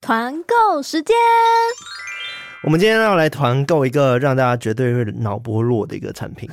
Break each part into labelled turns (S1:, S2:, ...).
S1: 团购时间，
S2: 我们今天要来团购一个让大家绝对会脑波弱的一个产 品，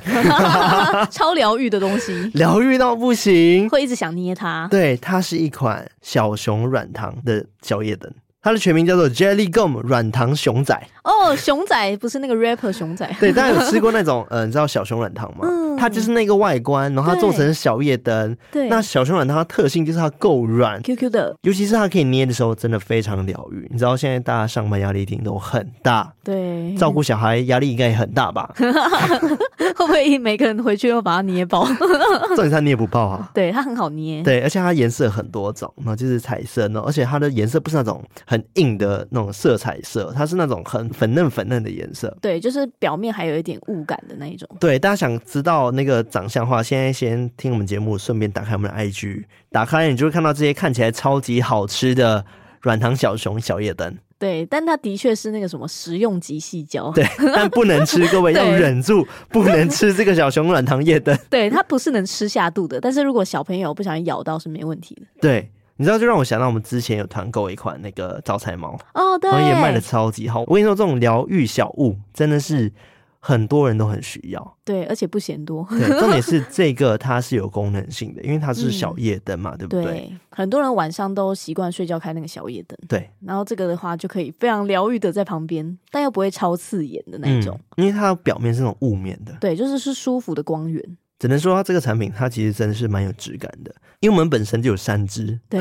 S1: 超疗愈的东 西，
S2: 疗愈到 不行。
S1: 会一直想捏它。
S2: 对，它是一款小熊软糖的小夜灯，它的全名叫做 Jelly Gum 软糖熊仔。
S1: 哦，熊仔不是那个 rapper 熊仔，
S2: 对，大家有吃过那种， 呃，你知道小熊软糖吗？
S1: 嗯
S2: 它就是那个外观，然后它做成小夜灯。
S1: 对
S2: 那小熊软糖它的特性就是它够软，
S1: QQ 的，
S2: 尤其是它可以捏的时候，真的非常疗愈。你知道现在大家上班压力一定都很大，
S1: 对，
S2: 照顾小孩压力应该也很大吧？
S1: 会不会每个人回去又把它捏爆？
S2: 重点是它捏不爆啊。
S1: 对，它很好捏。
S2: 对，而且它颜色很多种，然后就是彩色呢，而且它的颜色不是那种很硬的那种色彩色，它是那种很粉嫩粉嫩的颜色。
S1: 对，就是表面还有一点雾感的那一种。
S2: 对，大家想知道那个长相的话，现在先听我们节目，顺便打开我们的 IG，打开你就会看到这些看起来超级好吃的软糖小熊小夜灯。
S1: 对，但它的确是那个什么食用级细胶。
S2: 对，但不能吃，各位要
S1: 对
S2: 忍住，不能吃这个小熊软糖夜灯。
S1: 对，它不是能吃下肚的，但是如果小朋友不小心咬到是没问题的。
S2: 对，你知道，就让我想到我们之前有团购一款那个招财猫，
S1: 哦，对，
S2: 然后也卖的超级好。我跟你说，这种疗愈小物真的是很多人都很需要。
S1: 对，而且不嫌多。
S2: 对，重点是这个它是有功能性的，因为它是小
S1: 嗯
S2: 夜灯嘛，对不
S1: 对，
S2: 对？
S1: 很多人晚上都习惯睡觉开那个小夜灯，
S2: 对，
S1: 然后这个的话就可以非常疗愈的在旁边，但又不会超刺眼的那一种。
S2: 嗯，因为它表面是那种雾面的，
S1: 对，就是是舒服的光源。
S2: 只能说它这个产品它其实真的是蛮有质感的，因为我们本身就有三支，
S1: 对，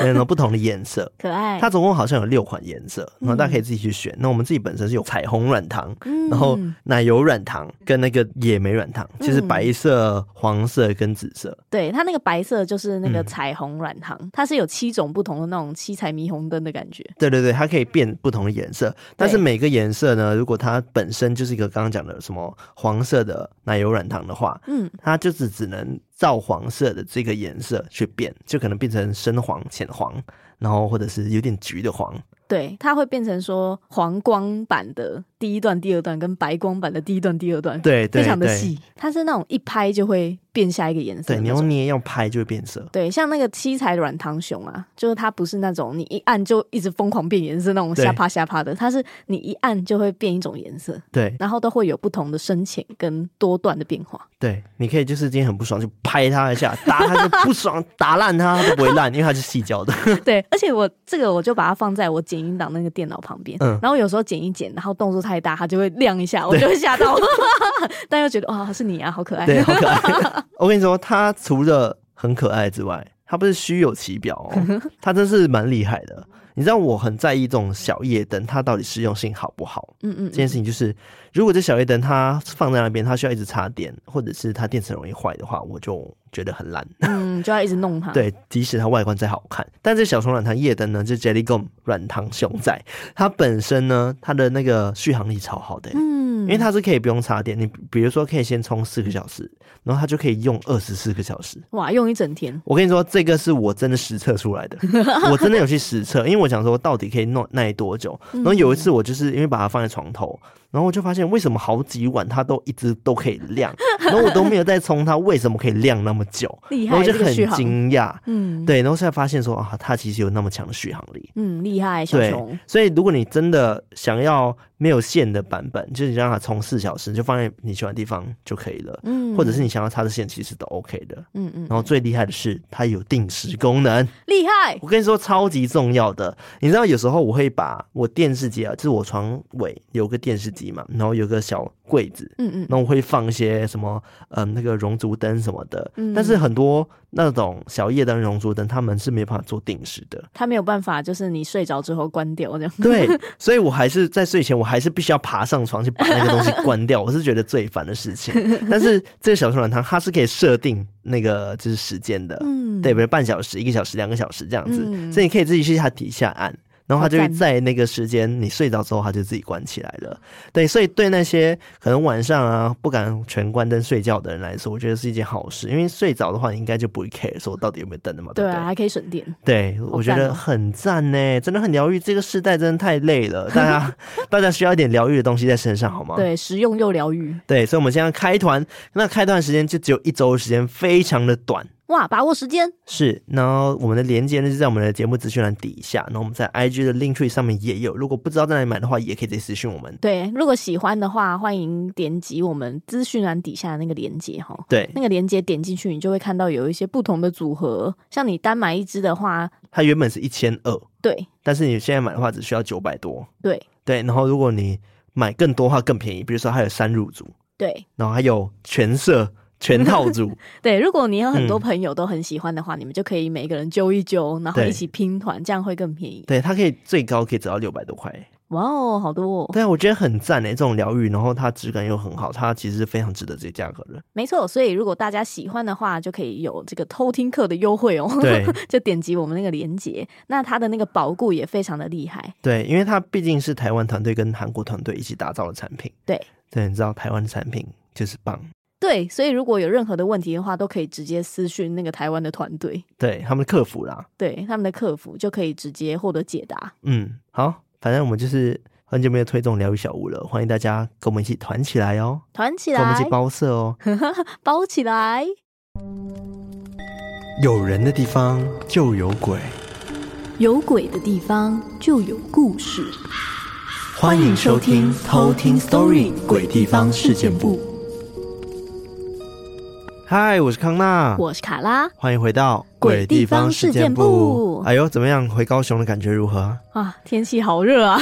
S2: 然后不同的颜 色。
S1: 可爱。
S2: 它总共好像有六款颜色，然后大家可以自己去选。那我们自己本身是有彩虹软糖，
S1: 嗯
S2: 然后奶油软糖跟那个野莓软糖，就是
S1: 嗯
S2: 白色、黄色跟紫色。
S1: 对它那个白色就是那个
S2: 嗯
S1: 彩虹软糖，它是有七种不同的那种七彩霓虹灯的感觉。
S2: 对对对，它可以变不同的颜色，但是每个颜色呢，如果它本身就是一个刚刚讲的什么黄色的奶油软糖的话，
S1: 嗯，
S2: 它就是只能照黄色的这个颜色去变，就可能变成深黄、浅黄，然后或者是有点橘的黄。
S1: 对，它会变成说黄光版的第一段、第二段跟白光版的第一段、第二段，
S2: 对对
S1: 非常的
S2: 对，
S1: 细。它是那种一拍就会变下一个颜色
S2: 对，
S1: 的
S2: 你
S1: 那
S2: 要
S1: 种。
S2: 捏要拍就会变色。
S1: 对，像那个七彩软糖熊啊，就是它不是那种你一按就一直疯狂变颜色那种
S2: 对
S1: 瞎啪瞎啪的，它是你一按就会变一种颜色，
S2: 对
S1: 然后都会有不同的深浅跟多段的变化。
S2: 对，你可以就是今天很不爽就拍它一下，打它就不爽， 打烂它它都不会烂，因为它是细胶的。
S1: 对，而且我这个我就把它放在我剪音档那个电脑旁边，
S2: 嗯
S1: 然后有时候剪一剪，然后动作太大，它就会亮一下，我
S2: 对
S1: 就会吓到， 但又觉得哇是你啊，好可爱。
S2: 对，好 可爱。我跟你说，它除了很可爱之外，它不是虚有其表 哦，它真是蛮厉害的。你知道我很在意这种小夜灯，它到底实用性好不好？
S1: 嗯嗯
S2: 这，件事情就是，如果这小夜灯它放在那边，它需要一直插电，或者是它电池容易坏的话，我就觉得很烂。
S1: 嗯，就要一直弄它。
S2: 对，即使它外观再好看，但这小熊软糖夜灯呢，这 Jelly Gum 软糖熊仔，它本身呢，它的那个续航力超好的、欸
S1: 嗯，
S2: 因为它是可以不用插电，你比如说可以先充四个小时，然后它就可以用二十四个小时。
S1: 哇，用一整天，
S2: 我跟你说，这个是我真的实测出来 的，我真的有去实测，因为我想说到底可以弄耐多久。
S1: 嗯
S2: 然后有一次我就是因为把它放在床头，然后我就发现为什么好几晚它都一直都可以亮，然后我都没有再充它，为什么可以亮那么 久？
S1: 厉
S2: 然后
S1: 害
S2: 我就
S1: 这个
S2: 很
S1: 续航。
S2: 惊讶，
S1: 嗯，
S2: 对，然后才发现说啊，它其实有那么强的续航力。
S1: 嗯，厉害，小
S2: 对
S1: 熊。，
S2: 所以如果你真的想要没有线的版本，就是你让它充四小时，你就放在你喜欢的地方就可以了。
S1: 嗯，
S2: 或者是你想要插的线，其实都 OK 的。
S1: 嗯嗯，
S2: 然后最厉害的是，它有定时功能。
S1: 厉害，
S2: 我跟你说，超级重要的。你知道，有时候我会把我电视机啊，就是我床尾有个电视机嘛，然后有个小柜子，
S1: 嗯嗯，
S2: 那我会放一些什么，嗯，那个熔烛灯什么的。
S1: 嗯
S2: 但是很多那种小夜灯、熔烛灯，他们是没办法做定时的。
S1: 他没有办法，就是你睡着之后关掉这样。
S2: 对，所以我还是在睡前，我还是必须要爬上床去把那个东西关 掉。我是觉得最烦的事情。但是这个小熊软糖，它是可以设定那个就是时间的，
S1: 嗯，
S2: 对，比如半小时、一个小时、两个小时这样子，
S1: 嗯
S2: 所以你可以自己去它底下按。然后它就
S1: 好
S2: 会
S1: 赞
S2: 在那个时间，你睡着之后，它就自己关起来了。对，所以对那些可能晚上啊不敢全关灯睡觉的人来说，我觉得是一件好事，因为睡着的话，你应该就不会 care 说到底有没有灯的嘛，对
S1: 对
S2: 不对？
S1: 啊，还可以省电。
S2: 对，我觉
S1: 赞
S2: 得
S1: 哦
S2: 很赞呢，真的很疗愈。这个世代真的太累了， 大家大家需要一点疗愈的东西在身上，好吗？
S1: 对，实用又疗愈。
S2: 对，所以我们现在开团，那开团时间就只有一周的时间，非常的短。
S1: 哇，把握时间，
S2: 是，然后我们的连接呢是在我们的节目资讯栏底下，然后我们在 IG 的 Linktree 上面也有，如果不知道在哪里买的话，也可以直接私讯我们。
S1: 对，如果喜欢的话，欢迎点击我们资讯栏底下的那个链接哈。
S2: 对，
S1: 那个链接点进去，你就会看到有一些不同的组合。像你单买一支的话，
S2: 它原本是一千二，
S1: 对
S2: 但是你现在买的话只需要九百多。
S1: 对
S2: 对，然后如果你买更多的话更便宜，比如说还有三入组，
S1: 对
S2: 然后还有全色全套组，
S1: 对，如果你有很多
S2: 嗯
S1: 朋友都很喜欢的话，你们就可以每个人揪一揪，然后
S2: 对
S1: 一起拼团，这样会更便宜。
S2: 对，它可以最高可以只要六百多块。
S1: 哇哦，好多、哦！
S2: 对啊，我觉得很赞诶，这种疗愈，然后它质感又很好，它其实是非常值得这个价格的。
S1: 没错，所以如果大家喜欢的话，就可以有这个偷听课的优惠哦。
S2: 对
S1: 就点击我们那个链接。那它的那个保固也非常的厉害，
S2: 对，因为它毕竟是台湾团队跟韩国团队一起打造的产品。
S1: 对，
S2: 对，你知道台湾的产品就是棒，
S1: 对，所以如果有任何的问题的话，都可以直接私讯那个台湾的团队，
S2: 对他们的客服啦，
S1: 对他们的客服就可以直接获得解答。
S2: 嗯，好，反正我们就是很久没有推这种疗愈小物了，欢迎大家跟我们一起团起来哦，
S1: 团起
S2: 跟我们一
S1: 来
S2: 起，包 色哦。
S1: 包起来！
S2: 有人的地方就有鬼，
S1: 有鬼的地方就有故事。
S2: 啊欢迎收听偷听 Story 鬼地方事件部。嗨，我是康娜，
S1: 我是卡拉
S2: 欢迎回到
S1: 鬼地方事件部
S2: 哎呦，怎么样？回高雄的感觉 如何啊？
S1: 啊，天气好热啊！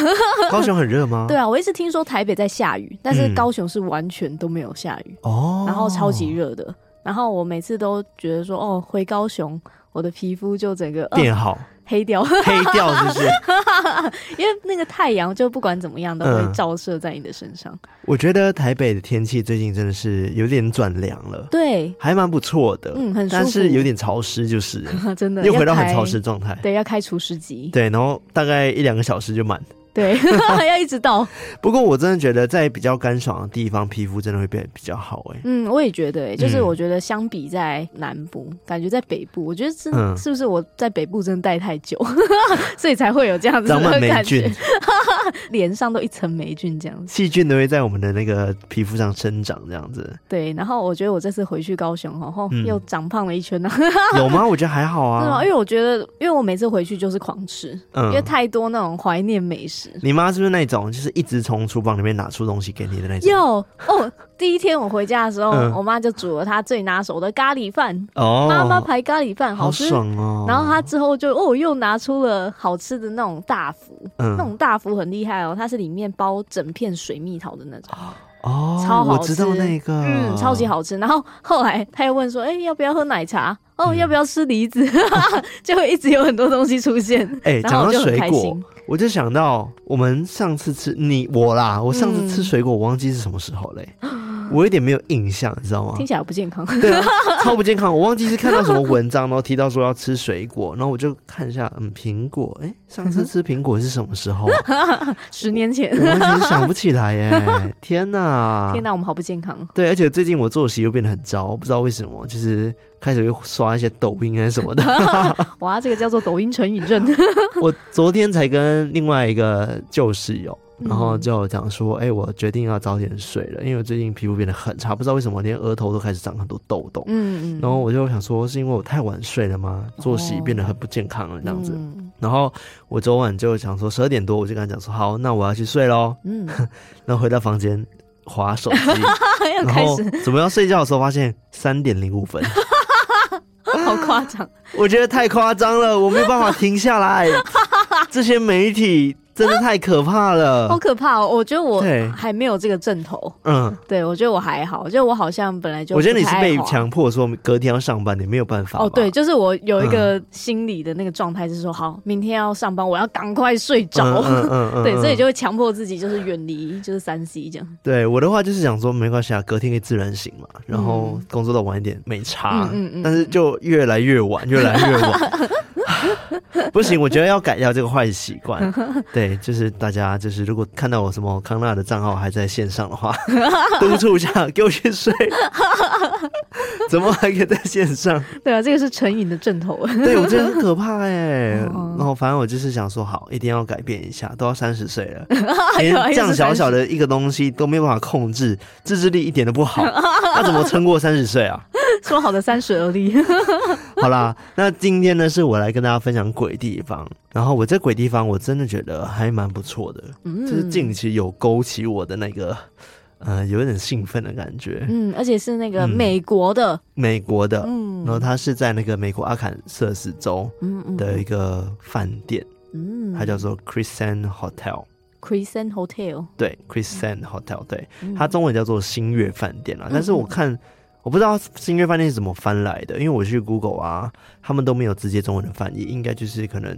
S2: 高雄很热吗？
S1: 对啊，我一直听说台北在下雨，但是
S2: 嗯
S1: 高雄是完全都没有下雨。
S2: 哦，
S1: 然后超级热的。然后我每次都觉得说，哦，回高雄，我的皮肤就整个、呃、
S2: 变好，
S1: 黑掉，
S2: 黑掉是不是？
S1: 因为那个太阳就不管怎么样都会
S2: 嗯
S1: 照射在你的身上。
S2: 我觉得台北的天气最近真的是有点转凉了，
S1: 对，
S2: 还蛮不错的，
S1: 嗯很舒服
S2: 但是有点潮湿，就是 了
S1: 真的
S2: 又回到
S1: 要
S2: 很
S1: 开
S2: 潮湿状态。
S1: 对，要开除湿机，
S2: 对，然后大概一两个小时就满。
S1: 对， 要一直到。
S2: 不过我真的觉得，在比较干爽的地方，皮肤真的会变得比较好、欸。
S1: 嗯，我也觉得、欸，就是
S2: 嗯
S1: 我觉得相比在南部，感觉在北部，我觉得真、
S2: 嗯
S1: 是不是我在北部真的待太久， 所以才会有这样子
S2: 长
S1: 的
S2: 满霉
S1: 感觉
S2: 菌，，
S1: 脸上都一层霉菌这样子。
S2: 细菌都会在我们的那个皮肤上生长，这样子
S1: 对，然后我觉得我这次回去高雄后，吼
S2: 嗯
S1: 又长胖了一圈呢、
S2: 有吗？我觉得还好
S1: 对啊，
S2: 啊
S1: 因。为我觉得，因为我每次回去就是狂吃，因为
S2: 嗯，
S1: 太多那种怀念美食。
S2: 你妈是不是那种就是一直从厨房里面拿出东西给你的那种？
S1: 哟哦，第一天我回家的时候，
S2: 嗯
S1: 我妈就煮了她最拿手的咖喱饭，
S2: 哦，
S1: 妈妈牌咖喱饭
S2: 好
S1: 好吃。
S2: 爽哦。
S1: 然后她之后就哦，又拿出了好吃的那种大福，那
S2: 嗯
S1: 种大福很厉害哦，它是里面包整片水蜜桃的那种，
S2: 哦，
S1: 超好
S2: 我知道
S1: 吃
S2: 那个，
S1: 嗯，超级。好吃。然后后来她又问说，哎，要不要喝奶茶？哦，
S2: 嗯
S1: 要不要吃梨子？ 就会一直有很多东西出现。
S2: 哎，
S1: 然后
S2: 讲
S1: 我
S2: 到
S1: 就很
S2: 水
S1: 开
S2: 果
S1: 心，
S2: 我就想到我们上次吃你我啦，我上次
S1: 嗯
S2: 吃水果，我忘记是什么时候嘞、我有点没有印象，你知道吗？
S1: 听起来不健康。
S2: 对啊，超不健康。我忘记是看到什么文章，然后提到说要吃水果，然后我就看一下，嗯，苹果，哎、上次吃苹果是什么时候？啊 我
S1: 十年前，
S2: 完全想不起来耶、天哪！
S1: 天哪，我们好不健康。
S2: 对，而且最近我作息又变得很糟，不知道为什么，就是开始又刷一些抖音啊什么的。
S1: 哇，这个叫做抖音成瘾症。
S2: 我昨天才跟另外一个旧室友，
S1: 嗯
S2: 然后就讲说，哎、我决定要早点睡了，因为我最近皮肤变得很差，不知道为什么连额头都开始长很多痘痘。
S1: 嗯嗯，哦
S2: 然后我就想说，是因为我太晚睡了吗？作息变得很不健康了这样子。
S1: 嗯
S2: 然后我昨晚就想说，十二点多我就跟他讲说，好，那我要去睡喽。
S1: 嗯，
S2: 然后回到房间划手机，
S1: 要
S2: 然
S1: 开
S2: 后
S1: 始，
S2: 准备要睡觉的时候，发现三点零五分，
S1: 好夸张。
S2: 我觉得太夸张了，我没有办法停下来。 这些媒体真的太可怕
S1: 好
S2: 了。
S1: 可怕哦！我觉得我
S2: 对
S1: 还没有这个阵头，
S2: 嗯，
S1: 对我觉得我还好，就我好像本来就
S2: 我觉得你
S1: 不
S2: 是
S1: 太
S2: 被
S1: 爱滑
S2: 强迫说隔天要上班，你没有办法。
S1: 哦，对，，就是我有一个心理的那个状态是说，好，明天要上班，我要赶快睡着。
S2: 嗯嗯
S1: 对，所以就会强迫自己就是远离就是三 C 这样。
S2: 对我的话就是想说，没关系啊，隔天可以自然醒嘛，然后工作到晚一点没差，
S1: 嗯
S2: 啊
S1: 嗯嗯嗯
S2: 但是就越来越晚，越来越 晚，不行，我觉得要改掉这个坏习惯。对，就是大家就是如果看到我什么康纳的账号还在线上的话，督促一下，给我去睡， 怎么还可以在线上？
S1: 对啊，这个是成瘾的阵 头。
S2: 对我觉得很可怕哎、
S1: 哦
S2: 然后反正我就是想说，好，一定要改变一下，都要三十岁 了，
S1: 又
S2: 连
S1: 是
S2: 这样小
S1: 30
S2: 小的一个东西都没有办法控制，自制力一点都不好，那怎么撑过三十岁啊？
S1: 说好的三十而立，
S2: 好啦，那今天呢是我来跟大家分享鬼地方，然后我这鬼地方我真的觉得还蛮不错的，
S1: 嗯
S2: 就是近期有勾起我的那个呃有一点兴奋的感觉。
S1: 嗯，而且是那个美国的，
S2: 美国的，
S1: 嗯
S2: 然后它是在那个美国阿肯色斯州
S1: 嗯嗯
S2: 的一个饭店，
S1: 嗯，
S2: 它叫做 Crescent Hotel。
S1: Crescent Hotel，
S2: 对，Crescent Hotel，对，
S1: 嗯
S2: 它中文叫做星月饭店啦。但是我看，我不知道星月饭店是怎么翻来的，因为我去 Google 啊，他们都没有直接中文的翻译，应该就是可能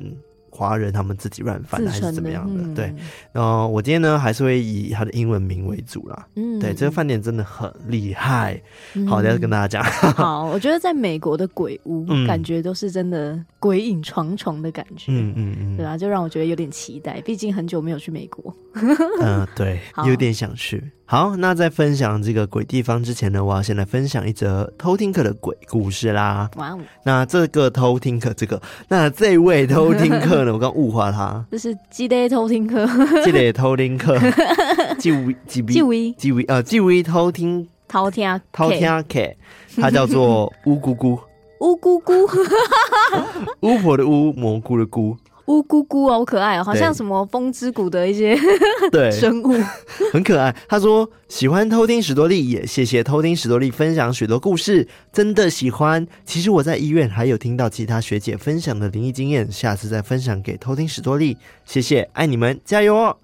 S2: 华人他们自己乱翻
S1: 自
S2: 还是
S1: 称
S2: 怎么样的。
S1: 嗯、
S2: 对，，然后我今天呢还是会以它的英文名为主啦。
S1: 嗯
S2: 对，这个饭店真的很厉害。好，等一下跟
S1: 他
S2: 大家讲。
S1: 好，我觉得在美国的鬼屋，
S2: 嗯
S1: 感觉都是真的鬼影重重的感觉。
S2: 嗯嗯嗯，
S1: 对啊，就让我觉得有点期待，毕竟很久没有去美国。
S2: 嗯，对，
S1: 好
S2: 有点想去。好，那在分享这个鬼地方之前呢，我要先来分享一则偷听客的鬼故事啦。
S1: 哇哦，
S2: 那这个偷听客，这个那这位偷听客呢，我刚物化他，
S1: 这是鸡蛋偷听 课，
S2: 这个偷听客，纪维纪
S1: 纪
S2: 维
S1: 维
S2: 纪维呃纪维偷听
S1: 偷听
S2: 偷听 K，他叫做乌姑姑，
S1: 乌咕咕
S2: 巫婆的巫，蘑菇的菇，
S1: 乌咕咕，好可爱哦，好像
S2: 对
S1: 什么风之谷的一些
S2: 对，
S1: 生物。
S2: 很可爱。他说喜欢偷听史多利，也谢谢偷听史多利分享许多故事，真的喜欢。其实我在医院还有听到其他学姐分享的灵异经验，下次再分享给偷听史多利。谢谢，爱你们，加油哦！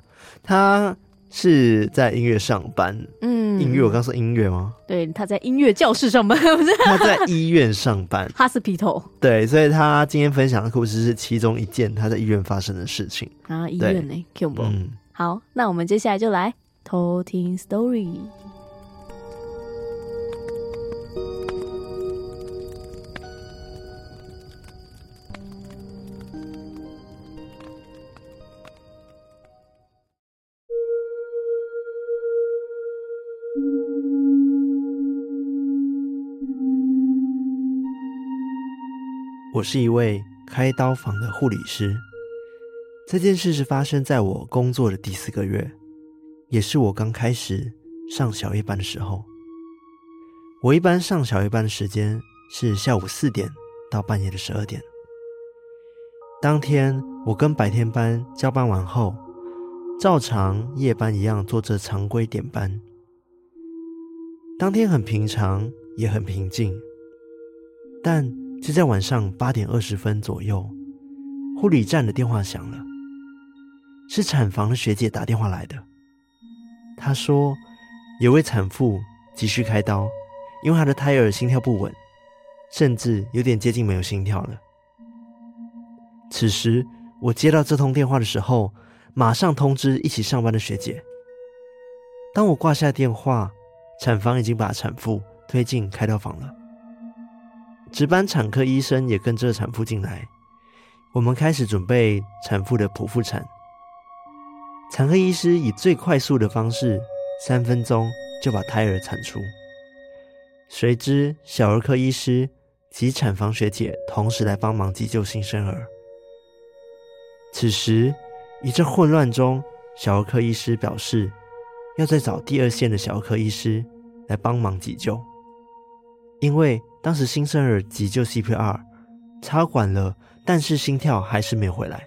S2: 他是在音乐上班，
S1: 嗯，
S2: 音乐我刚说音乐吗？
S1: 对，他在音乐教室上班， 不是
S2: 他在医院上班，
S1: 哈斯皮头
S2: 对，所以他今天分享的故事是其中一件他在医院发生的事情。
S1: 啊，医
S2: 对
S1: 院呢，Q 不？
S2: 嗯。
S1: 好，那我们接下来就来偷听 story。
S2: 我是一位开刀房的护理师。这件事是发生在我工作的第四个月，也是我刚开始上小夜班的时候。我一般上小夜班的时间是下午四点到半夜的十二点。当天我跟白天班交班完后，照常夜班一样做着常规点班。当天很平常，也很平静。但就在晚上八点二十分左右，护理站的电话响了，是产房的学姐打电话来的。她说，有位产妇急需开刀，因为她的胎儿心跳不稳，甚至有点接近没有心跳了。此时我接到这通电话的时候，马上通知一起上班的学姐。当我挂下电话，产房已经把产妇推进开刀房了。值班产科医生也跟着产妇进来，我们开始准备产妇的剖腹产。产科医师以最快速的方式，三分钟就把胎儿产出。随之，小儿科医师及产房学姐同时来帮忙急救新生儿。此时，一阵混乱中，小儿科医师表示，要再找第二线的小儿科医师来帮忙急救。因为当时新生儿急救 CPR 插管了，但是心跳还是没有回来。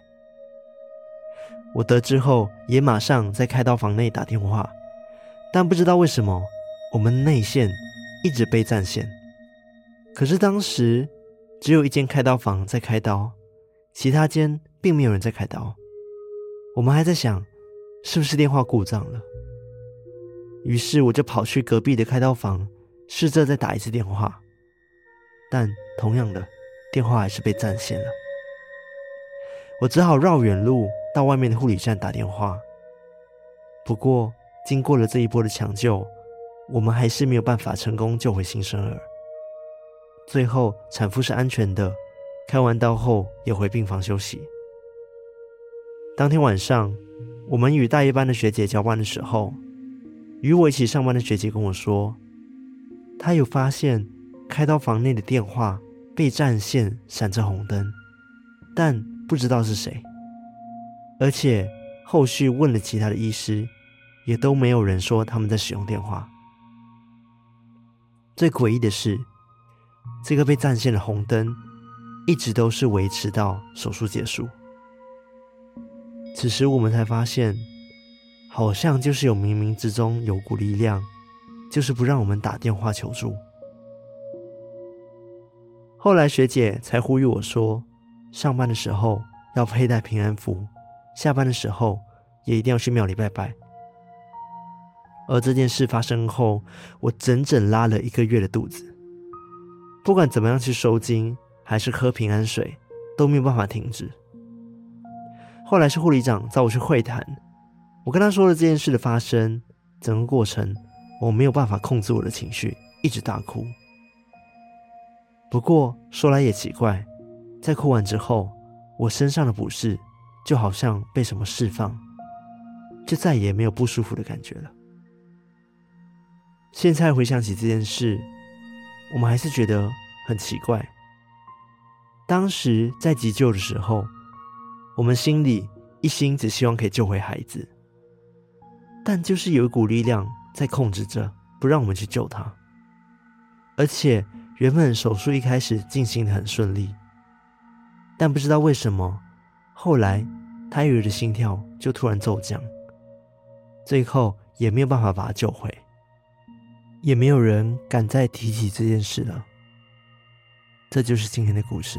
S2: 我得知后也马上在开刀房内打电话，但不知道为什么我们内线一直被占线。可是当时只有一间开刀房在开刀，其他间并没有人在开刀。我们还在想，是不是电话故障了？于是我就跑去隔壁的开刀房试着再打一次电话，但同样的，电话还是被占线了。我只好绕远路到外面的护理站打电话。不过，经过了这一波的抢救，我们还是没有办法成功救回新生儿。最后，产妇是安全的，开完刀后也回病房休息。当天晚上，我们与大夜班的学姐交班的时候，与我一起上班的学姐跟我说，他有发现开到房内的电话被占线闪着红灯，但不知道是谁。而且后续问了其他的医师，也都没有人说他们在使用电话。最诡异的是，这个被占线的红灯一直都是维持到手术结束。此时我们才发现，好像就是有冥冥之中有股力量，就是不让我们打电话求助。后来学姐才呼吁我说，上班的时候要佩戴平安符，下班的时候也一定要去庙里拜拜。而这件事发生后，我整整拉了一个月的肚子，不管怎么样去收精，还是喝平安水，都没有办法停止。后来是护理长找我去会谈，我跟他说了这件事的发生，整个过程我没有办法控制我的情绪，一直大哭。不过说来也奇怪，在哭完之后，我身上的不适就好像被什么释放，就再也没有不舒服的感觉了。现在回想起这件事，我们还是觉得很奇怪。当时在急救的时候，我们心里一心只希望可以救回孩子，但就是有一股力量在控制着，不让我们去救他。而且原本手术一开始进行的很顺利，但不知道为什么，后来胎儿的心跳就突然骤降，最后也没有办法把他救回。也没有人敢再提起这件事了。这就是今天的故事。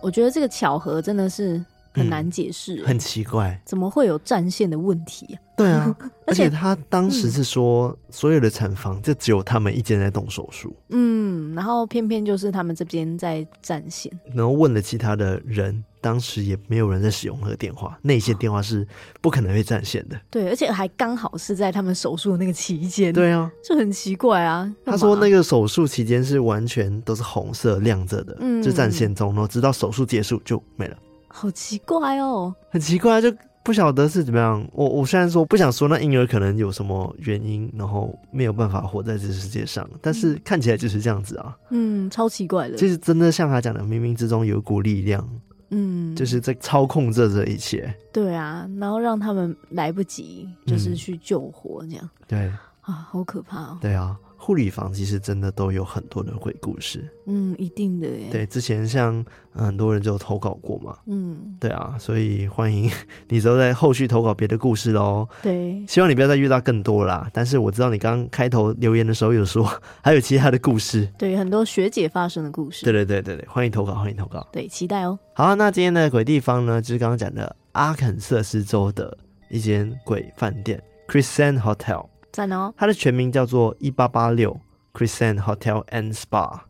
S1: 我觉得这个巧合真的是很难解释、欸
S2: 嗯很奇怪，
S1: 怎么会有战线的问题、啊？
S2: 对啊， 而
S1: 而且
S2: 且他当时是说，所有的产房就只有他们一间在动手术，
S1: 嗯，然后偏偏就是他们这边在战线，
S2: 然后问了其他的人，当时也没有人在使用那个电话，内线电话是不可能会占线的。
S1: 对，而且还刚好是在他们手术的那个期间，，
S2: 对啊，
S1: 就很奇怪啊。
S2: 他说那
S1: 个，
S2: 个手术期间是完全都是红色亮着的，
S1: 嗯
S2: 就占线中，然后直到手术结束就没了，
S1: 好奇怪哦，
S2: 很奇怪啊，就不晓得是怎么样。我我虽然说不想说那婴儿可能有什么原因，然后没有办法活在这世界上，但是看起来就是这样子啊。
S1: 嗯，超奇怪的，
S2: 就是真的像他讲的，冥冥之中有一股力量，
S1: 嗯，
S2: 就是在操控着这一切。
S1: 对啊，然后让他们来不及，就是
S2: 嗯
S1: 去救活这样、
S2: 对
S1: 啊，好可怕哦，
S2: 对啊，护理房其实真的都有很多的鬼故事。
S1: 嗯，一定的耶，，
S2: 对，之前像呃很多人就有投稿过嘛。
S1: 嗯，
S2: 对啊，所以欢迎 你之后在后续投稿别的故事喽。
S1: 对，
S2: 希望你不要再遇到更多啦。但是我知道你刚开头留言的时候有说 还有其他的故事。
S1: 对，很多学姐发生的故事，
S2: 对对对对对，欢迎投稿，欢迎投稿。
S1: 对，期待哦，
S2: 好，那今天的鬼地方呢，就是刚刚讲的阿肯色斯州的一间鬼饭店 Crescent Hotel，
S1: 赞哦，
S2: 它的全名叫做一八八六 Crescent Hotel and Spa。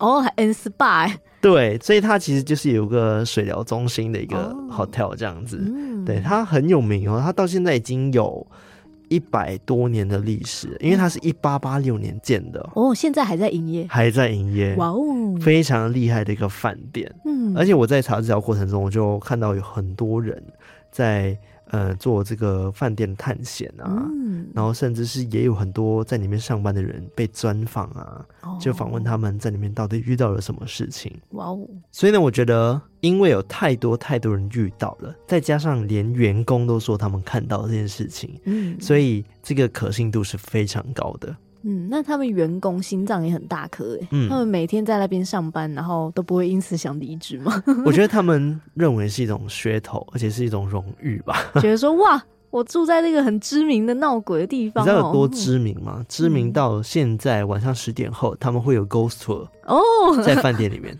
S1: 哦，还 N SPA，耶
S2: 对，所以它其实就是有个水疗中心的一个
S1: 哦
S2: hotel 这样子。
S1: 嗯，
S2: 对，它很有名哦，它到现在已经有一百多年的历史，因为它是一八八六年建的，
S1: 哦，现在还在营业，
S2: 还在营业，
S1: 哇哦，
S2: 非常厉害的一个饭店。
S1: 嗯，
S2: 而且我在查资料过程中，我就看到有很多人在呃做这个饭店探险啊，
S1: 嗯，
S2: 然后甚至是也有很多在里面上班的人被专访啊，就访问
S1: 哦，
S2: 他们在里面到底遇到了什么事情。
S1: 哇哦，
S2: 所以呢，我觉得因为有太多太多人遇到了，再加上连员工都说他们看到这件事情，
S1: 嗯，
S2: 所以这个可信度是非常高的。
S1: 嗯，那他们员工心脏也很大颗哎、
S2: 嗯
S1: 他们每天在那边上班，然后都不会因此想离职吗？
S2: 我觉得他们认为是一种噱头，而且是一种荣誉吧。
S1: 觉得说哇，我住在那个很知名的闹鬼的地
S2: 你
S1: 方、
S2: 知
S1: 哦，嗯
S2: 道有多知名吗？知名到现在晚上十点后，他们会有 ghost tour
S1: 哦，
S2: 在饭店里面，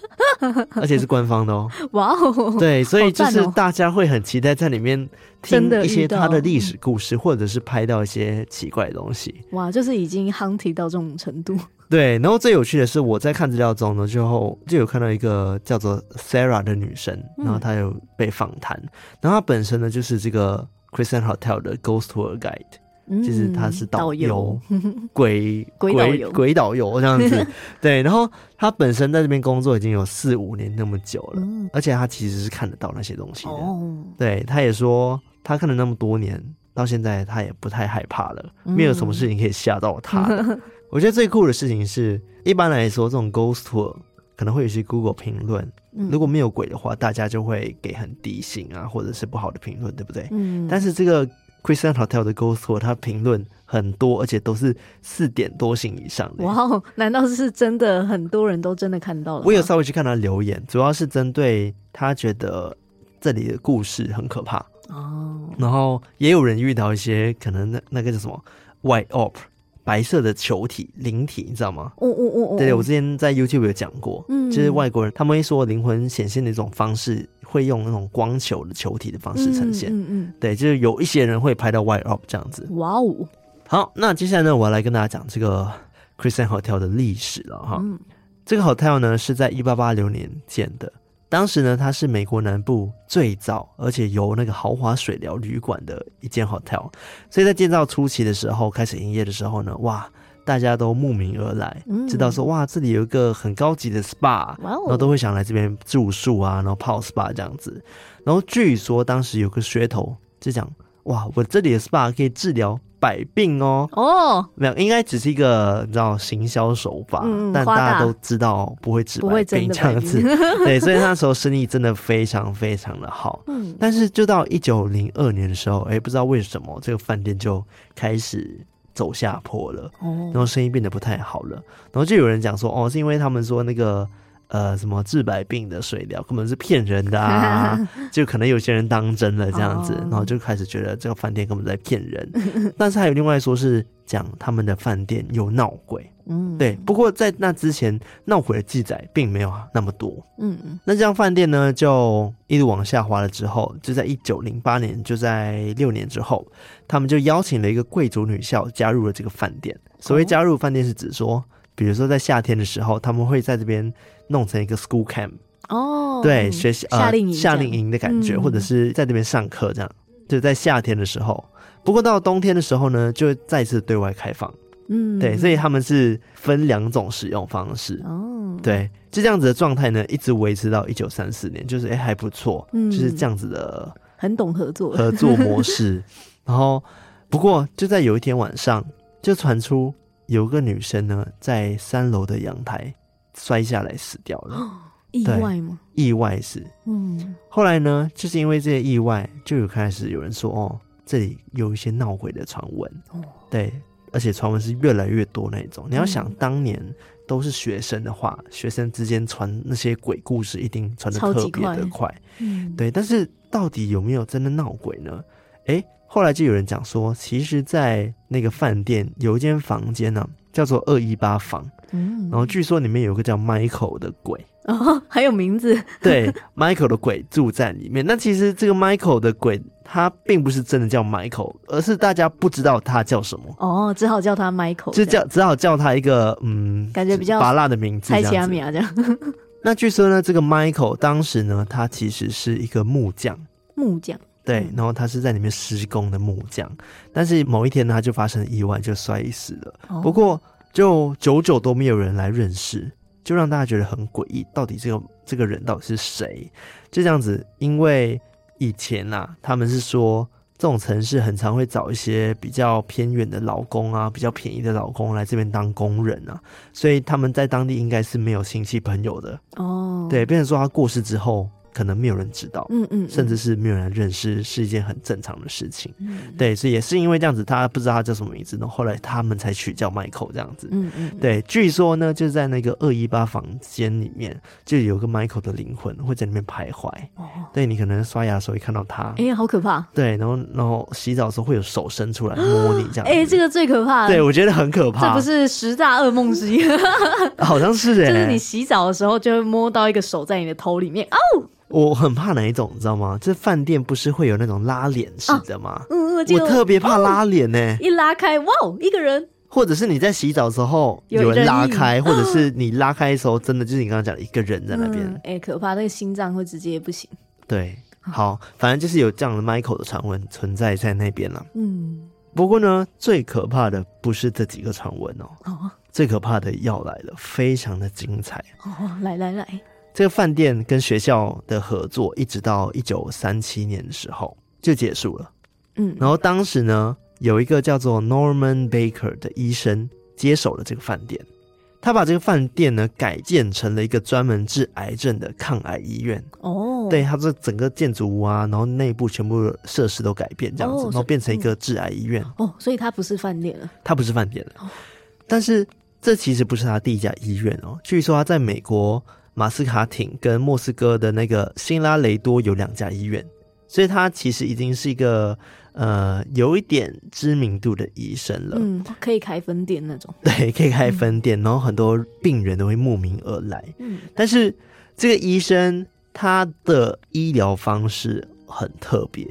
S2: 而且是官方的哦。
S1: 哇哦，
S2: 对，所以就
S1: 好
S2: 是
S1: 赞哦
S2: 大家会很期待在里面听
S1: 真的
S2: 一些
S1: 遇到嗯
S2: 他的历史故事，或者是拍到一些奇怪的东西。
S1: 哇，就是已经 hunty 到这种程度，
S2: 对，然后最有趣的是，我在看资料中呢，最后就有看到一个叫做 Sarah 的女生，
S1: 嗯
S2: 然后她有被访谈，然后她本身呢就是这个 Christian Hotel 的 ghost tour guide。
S1: 嗯，
S2: 就是他是导游
S1: 游，，
S2: 鬼
S1: 鬼导游
S2: 鬼导游这样 子。对，然后他本身在这边工作已经有四五年那么久了，
S1: 嗯，
S2: 而且他其实是看得到那些东西的。
S1: 哦，
S2: 对，他也说他看了那么多年，到现在他也不太害怕了，没有什么
S1: 嗯
S2: 事情可以吓到他的。我觉得最酷的事情是，一般来说这种 ghost tour 可能会有一些 Google 评论，
S1: 嗯
S2: 如果没有鬼的话，大家就会给很低星啊，或者是不好的评论，对不对？
S1: 嗯，
S2: 但是这个 Christian Hotel 的 Ghost Tour，它评论很多，而且都是四点多星以上的。
S1: 哇哦，难道是真的很多人都真的看到了吗？
S2: 我有稍微去看他的留言，主要是针对他觉得这里的故事很可怕，
S1: 哦，
S2: 然后也有人遇到一些可能那那个叫什么 White Orb 白色的球体灵体，你知道吗？
S1: 我我我我，
S2: 对对，我之前在 YouTube 有讲过，
S1: 哦嗯
S2: 就是外国人他们会说灵魂显现的一种方式，会用那种光球的球体的方式呈现。
S1: 嗯嗯
S2: 对，就是有一些人会拍到 White Orb 这样子。
S1: 嗯，哇哦，
S2: 好，那接下来呢，我要来跟大家讲这个 Christian Hotel 的历史了哈。
S1: 嗯
S2: 这个 hotel 呢是在一八八六年建的，当时呢它是美国南部最早而且由那个豪华水疗旅馆的一间 hotel，所以在建造初期的时候，开始营业的时候呢，哇，大家都慕名而来，
S1: 嗯
S2: 知道说哇这里有一个很高级的 SPA，
S1: 哇
S2: 然后
S1: 哦，
S2: 都会想来这边住宿啊，然后泡 SPA 这样子。然后据说当时有个噱头，就讲哇，我这里的 SPA 可以治疗百病哦。
S1: 哦，
S2: 没有，应该只是一个你知道行销手法，
S1: 嗯嗯
S2: 但
S1: 夸
S2: 大家
S1: 大
S2: 都知道不会治
S1: 不会
S2: 百
S1: 真
S2: 病
S1: 的
S2: 这样子。 对，所以那时候生意真的非常非常的好。
S1: 嗯
S2: 但是就到一九零二年的时候，哎，不知道为什么这个饭店就开始走下坡了。然
S1: 哦，
S2: 后生意变得不太好了，然后就有人讲说，哦，是因为他们说那个呃什么治百病的水疗根本是骗人 的啊，就可能有些人当真了这样子，
S1: 哦
S2: 然后就开始觉得这个饭店根本在骗人。 但是还有另外说是讲他们的饭店有闹鬼，
S1: 嗯
S2: 对，不过在那之前闹鬼的记载并没有那么多。
S1: 嗯嗯
S2: 那这样饭店呢，就一路往下滑了。之后，就在一九零八年，就在六年之后，他们就邀请了一个贵族女校加入了这个饭店。所谓加入饭店，是指
S1: 哦
S2: 说，比如说在夏天的时候，他们会在这边弄成一个 school camp，、
S1: 哦，
S2: 对，
S1: 嗯
S2: 学习呃
S1: 夏令营这
S2: 夏
S1: 样
S2: 令营的感觉，
S1: 嗯
S2: 或者是在这边上课这样。就在夏天的时候，不过到冬天的时候呢，就再次对外开放。
S1: 嗯，
S2: 对，所以他们是分两种使用方式。
S1: 哦，
S2: 对，就这样子的状态呢，一直维持到一九三四年，就是哎、还不错，
S1: 嗯
S2: 就是这样子的
S1: 很懂合作，
S2: 合作模式。然后，不过就在有一天晚上，就传出有个女生呢在三楼的阳台摔下来死掉了，
S1: 意
S2: 对
S1: 外吗？
S2: 意外死。
S1: 嗯，
S2: 后来呢，就是因为这些意外，就有开始有人说哦，这里有一些闹鬼的传闻，
S1: 哦
S2: 对，而且传闻是越来越多那一种。你要想
S1: 嗯，
S2: 当年都是学生的话，学生之间传那些鬼故事，一定传的
S1: 超
S2: 特
S1: 级
S2: 别的
S1: 快
S2: 快，
S1: 嗯，
S2: 对。但是到底有没有真的闹鬼呢？诶，后来就有人讲说，其实，在那个饭店有一间房间呢、叫做二一八房，
S1: 嗯，
S2: 然后据说里面有一个叫 Michael 的鬼，
S1: 哦，还有名字，
S2: 对 Michael 的鬼住在里面。那其实这个 Michael 的鬼，他并不是真的叫 Michael，而是大家不知道他叫什么，
S1: 哦，只好叫他 Michael，
S2: 就
S1: 这样
S2: 叫只好叫他一个嗯，
S1: 感觉比较
S2: 拔辣的名字
S1: 猜
S2: 这
S1: 奇阿
S2: 样
S1: 米
S2: 子。
S1: 亚啊这样，
S2: 那据说呢，这个 Michael 当时呢，他其实是一个木匠。
S1: 木匠，
S2: 对
S1: 嗯，
S2: 然后他是在里面施工的木匠，但是某一天呢，他就发生意外，就摔死了。
S1: 哦
S2: 不过就久久都没有人来认识，就让大家觉得很诡异，到底这个这个人到底是谁？就这样子，因为以前啊，他们是说这种城市很常会找一些比较偏远的劳工啊，比较便宜的劳工来这边当工人啊，所以他们在当地应该是没有亲戚朋友的。
S1: 哦，
S2: 对，变成说他过世之后，可能没有人知道。
S1: 嗯，嗯嗯，
S2: 甚至是没有人认识，是一件很正常的事情。
S1: 嗯，
S2: 对，所以也是因为这样子，他不知道他叫什么名字，然后后来他们才取叫 Michael 这样子。
S1: 嗯嗯，
S2: 对，据说呢，就在那个二一八房间里面，就有个 Michael 的灵魂会在里面徘徊。
S1: 哦，
S2: 对你可能刷牙的时候会看到他，
S1: 哎，好可怕，
S2: 对，然后然后洗澡的时候会有手伸出来摸你这样子。
S1: 哎，这个最可怕了，
S2: 对我觉得很可
S1: 这
S2: 怕，
S1: 不是十大噩梦之一，
S2: 好像是哎、
S1: 就是你洗澡的时候就会摸到一个手在你的头里面啊，
S2: 我很怕哪一种，你知道吗？这饭店不是会有那种拉帘式的吗？
S1: 嗯，我记
S2: 我
S1: 得
S2: 特别怕拉帘呢、
S1: 一拉开，哇，哦，一个人，
S2: 或者是你在洗澡的时候
S1: 有
S2: 有人
S1: 人
S2: 拉
S1: 影
S2: 开，或者是你拉开的时候，真的就是你刚刚讲的一个人在那边。
S1: 嗯，哎，可怕，那个心脏会直接不行，
S2: 对，好，反正就是有这样的 Michael 的传闻存在在那边了。
S1: 嗯，
S2: 不过呢，最可怕的不是这几个传闻哦，
S1: 哦
S2: 最可怕的要来了，非常的精彩。
S1: 哦，来来来，
S2: 这个饭店跟学校的合作，一直到一九三七年的时候就结束了。
S1: 嗯，
S2: 然后当时呢，有一个叫做 Norman Baker 的医生接手了这个饭店，他把这个饭店呢改建成了一个专门治癌症的抗癌医院。
S1: 哦，
S2: 对，它这整个建筑物啊，然后内部全部设施都改变这样子，
S1: 哦
S2: 然
S1: 是
S2: 后变成一个治癌医院。
S1: 哦，所以它不是饭店了，
S2: 它不是饭店了，但是这其实不是他第一家医院哦。据说他在美国马斯卡廷跟莫斯科的那个辛拉雷多有两家医院，所以他其实已经是一个呃有一点知名度的医生了。
S1: 嗯，可以开分店那种，
S2: 对，可以开分店，然后很多病人都会慕名而来。
S1: 嗯，
S2: 但是这个医生他的医疗方式很特别，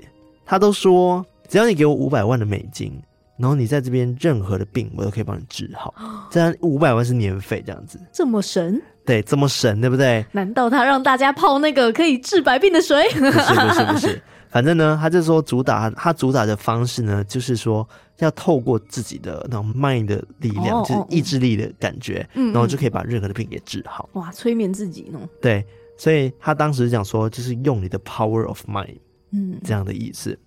S2: 他都说只要你给我五百万的美金，然后你在这边任何的病我都可以帮你治好，
S1: 哦
S2: 这样五百万是年费这样子，
S1: 这么神？
S2: 对，这么神，对不对？
S1: 难道他让大家泡那个可以治百病的水？
S2: 不是不是不是，反正呢，他就说主打他主打的方式呢，就是说要透过自己的那种 mind 的力量，
S1: 哦
S2: 就是
S1: 哦
S2: 意志力的感觉，
S1: 嗯
S2: 然后就可以把任何的病给治好。
S1: 哇，催眠自己呢？
S2: 对，所以他当时讲说，就是用你的 power of mind。
S1: 嗯，
S2: 这样的意思。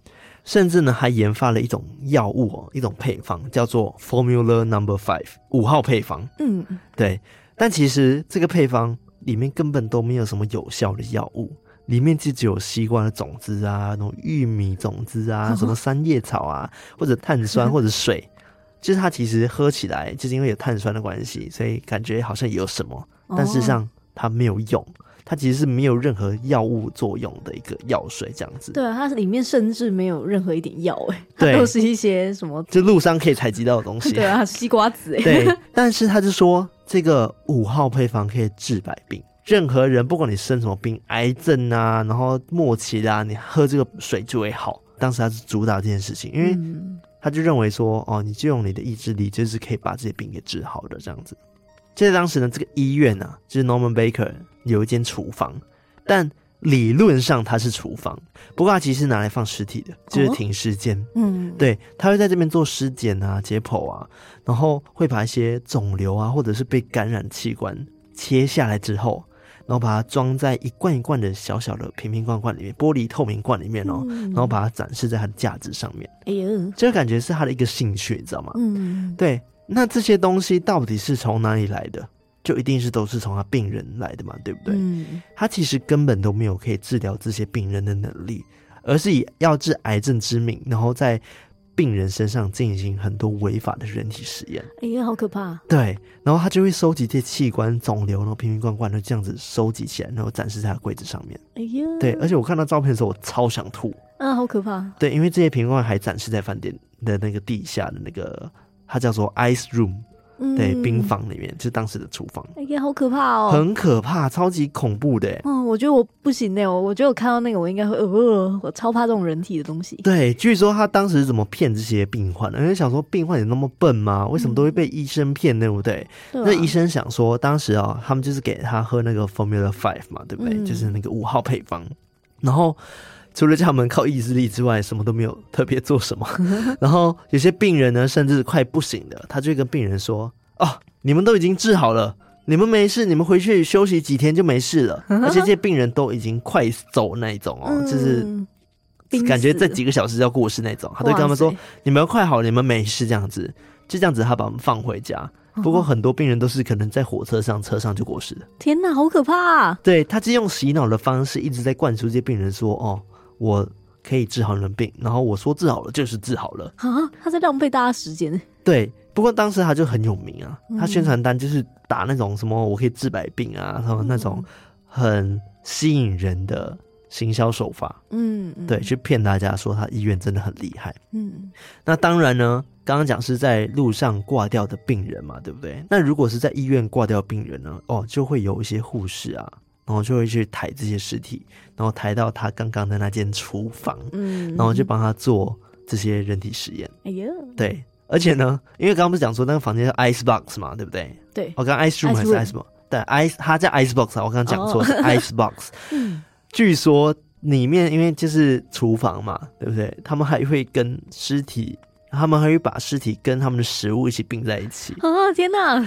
S2: 甚至呢，还研发了一种药物哦，一种配方叫做 Formula Number Five 五号配方。
S1: 嗯，
S2: 对，但其实这个配方里面根本都没有什么有效的药物，里面就只有西瓜的种子啊，那种玉米种子啊，什么三叶草啊，或者碳酸或者水。就是它其实喝起来，就是因为有碳酸的关系，所以感觉好像有什么，
S1: 哦
S2: 但事实上它没有用，它其实是没有任何药物作用的一个药水这样子。
S1: 对啊，它里面甚至没有任何一点药、哎，它
S2: 对
S1: 都是一些什么？
S2: 就路上可以采集到的东西。
S1: 对啊，西瓜子、哎，
S2: 对，但是他就说这个五号配方可以治百病，任何人不管你生什么病，癌症啊，然后末期的啊，你喝这个水就会好。当时他是主打这件事情，因为
S1: 嗯，
S2: 他就认为说，哦，你就用你的意志力，就是可以把这些病给治好的这样子。就在当时呢，这个医院呢、啊，就是 Norman Baker 有一间厨房，但理论上它是厨房，不过它其实是拿来放尸体的，就是
S1: 哦
S2: 停尸间。
S1: 嗯，
S2: 对，他会在这边做尸检啊、解剖啊，然后会把一些肿瘤啊，或者是被感染器官切下来之后，然后把它装在一罐一罐的小小的瓶瓶罐罐里面，玻璃透明罐里面哦，
S1: 嗯
S2: 然后把它展示在它的架子上面，
S1: 哎呦，
S2: 这个感觉是他的一个兴趣，你知道吗？
S1: 嗯，
S2: 对，那这些东西到底是从哪里来的？就一定是都是从他病人来的嘛，对不对？
S1: 嗯，
S2: 他其实根本都没有可以治疗这些病人的能力，而是以要治癌症之名，然后在病人身上进行很多违法的人体实验。
S1: 哎呀，好可怕，
S2: 对，然后他就会收集这些器官、肿瘤，然后瓶瓶罐罐就这样子收集起来，然后展示在他柜子上面。
S1: 哎呀，
S2: 对，而且我看到照片的时候，我超想吐。
S1: 啊，好可怕，
S2: 对，因为这些瓶罐还展示在饭店的那个地下的那个，它叫做 ice room，
S1: 嗯，
S2: 对，冰，房里面，就是当时的厨房，
S1: 哎呀，好可怕哦，
S2: 很可怕，超级恐怖的欸。
S1: 嗯，我觉得我不行的，我我觉得我看到那个我应该会，呃，我超怕这种人体的东西。
S2: 对，据说他当时是怎么骗这些病患的？因为想说病患有那么笨吗？为什么都会被医生骗，对不对？
S1: 对吧
S2: 那医生想说，当时啊、他们就是给他喝那个 Formula Five 嘛，对不对？
S1: 嗯
S2: 就是那个五号配方。然后除了叫他们靠意志力之外，什么都没有特别做什么。 然后有些病人呢，甚至快不行了，他就会跟病人说：“哦，你们都已经治好了。”你们没事，你们回去休息几天就没事 了。而且这些病人都已经快走那一种哦，就是
S1: 嗯濒
S2: 感觉
S1: 死
S2: 这几个小时要过世那种，他对他们
S1: 哇
S2: 说
S1: 塞：“
S2: 你们快好，你们没事。”这样子，就这样子，他把我们放回家。不过很多病人都是可能在火车上、车上就过世的。
S1: 天哪，好可怕、啊！
S2: 对他是用洗脑的方式一直在灌输这些病人说：“哦，我可以治好你们病，然后我说治好了就是治好了。
S1: 啊，他在浪费大家时间。”欸
S2: 对，不过当时他就很有名啊，他宣传单就是打那种什么“我可以治百病”啊，然后那种很吸引人的行销手法，
S1: 嗯，嗯
S2: 对，，去骗大家说他医院真的很厉害。
S1: 嗯，
S2: 那当然呢，刚刚讲是在路上挂掉的病人嘛，对不对？那如果是在医院挂掉的病人呢，哦，就会有一些护士啊，然后就会去抬这些尸体，然后抬到他刚刚的那间厨房，
S1: 嗯，
S2: 然后就帮他做这些人体实验。
S1: 哎呀，
S2: 对，而且呢，因为刚刚不是讲说那个房间叫 ice box 嘛，对不对？
S1: 对，
S2: 我刚刚哦 ice room 还是
S1: Ice room
S2: ice box？对，ice 它叫 ice box 啊，我刚刚讲错
S1: 哦
S2: 是 ice box。
S1: 嗯，
S2: 据说里面因为就是厨房嘛，对不对？他们还会跟尸体他们还会把尸体跟他们的食物一起并在一起
S1: 啊，天哪，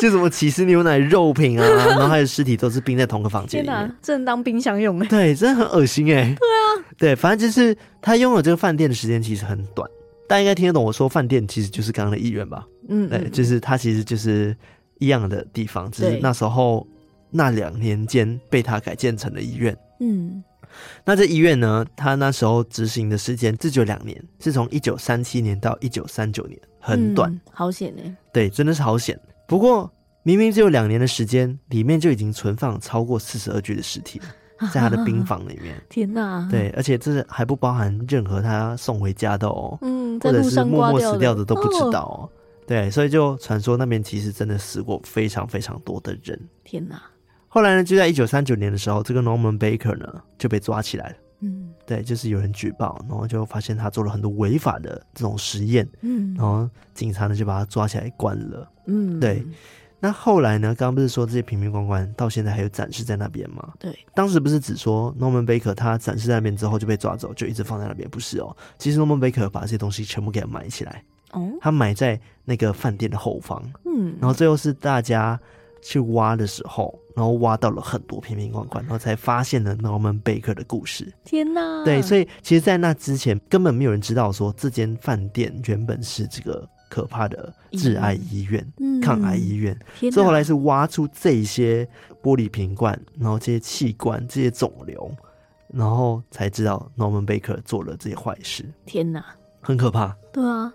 S2: 就什么起司牛奶、肉品啊，然后还有尸体都是并在同个房间
S1: 天
S2: 里面
S1: 哪。，正当冰箱用哎、
S2: 对，真的很恶心哎、对啊，对，反正就是他拥有这个饭店的时间其实很短，大家应该听得懂我说饭店其实就是刚刚的医院吧？
S1: 嗯
S2: 对，
S1: 嗯，
S2: 就是他其实就是一样的地方，只是
S1: 对
S2: 那时候那两年间被他改建成了医院。
S1: 嗯，
S2: 那这医院呢，他那时候执行的时间这就两年，是从一九三七年到一九三九年，很短，
S1: 嗯好险哎、
S2: 对，真的是好险。不过明明只有两年的时间，里面就已经存放超过四十二具的尸体了，在他的冰房里面。
S1: 天哪，，
S2: 对，而且这是还不包含任何他送回家的哦，
S1: 嗯，
S2: 或
S1: 在
S2: 者
S1: 路
S2: 是
S1: 上
S2: 默
S1: 挂
S2: 默死掉
S1: 的
S2: 的都不知
S1: 哦
S2: 道哦。对，所以就传说那边其实真的死过非常非常多的人。
S1: 天哪，
S2: 后来呢，就在一九三九年的时候，这个 Norman Baker 呢就被抓起来了。
S1: 嗯
S2: 对，就是有人举报，然后就发现他做了很多违法的这种实验，
S1: 嗯
S2: 然后警察呢就把他抓起来关了。
S1: 嗯，
S2: 对那后来呢？刚刚不是说这些瓶瓶罐罐到现在还有展示在那边吗？
S1: 对，
S2: 当时不是只说 Norman Baker 他展示在那边之后就被抓走，就一直放在那边，不是哦。其实 Norman Baker 把这些东西全部给他埋起来，
S1: 哦，
S2: 他埋在那个饭店的后方，
S1: 嗯，
S2: 然后最后是大家去挖的时候，然后挖到了很多瓶瓶罐罐，然后才发现了 Norman Baker 的故事。
S1: 天哪，
S2: 对，所
S1: 以
S2: 以其实，在那之前根本没有人知道说这间饭店原本是这个可怕的致癌医院、抗癌医院，
S1: 嗯天
S2: 所以后
S1: 哪
S2: 来是挖出这些玻璃瓶罐，然后这些器官、这些肿瘤，然后才知道 Norman Baker 做了这些坏事，
S1: 天哪，
S2: 很可怕。
S1: 对啊，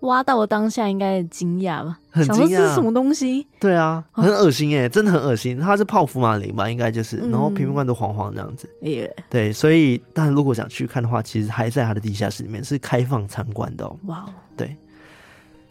S1: 挖到我当下应该很惊讶吧，
S2: 很
S1: 想说
S2: 惊
S1: 这是
S2: 讶啊
S1: 什么东西？
S2: 对啊，很恶心哎、真的很恶心。它是泡芙马林吧，应该就是，然后
S1: 嗯
S2: 瓶瓶罐都黄黄这样子。
S1: 耶，
S2: 对，所以但如果想去看的话，其实还在它的地下室里面是开放参观的哦。
S1: 哇哦，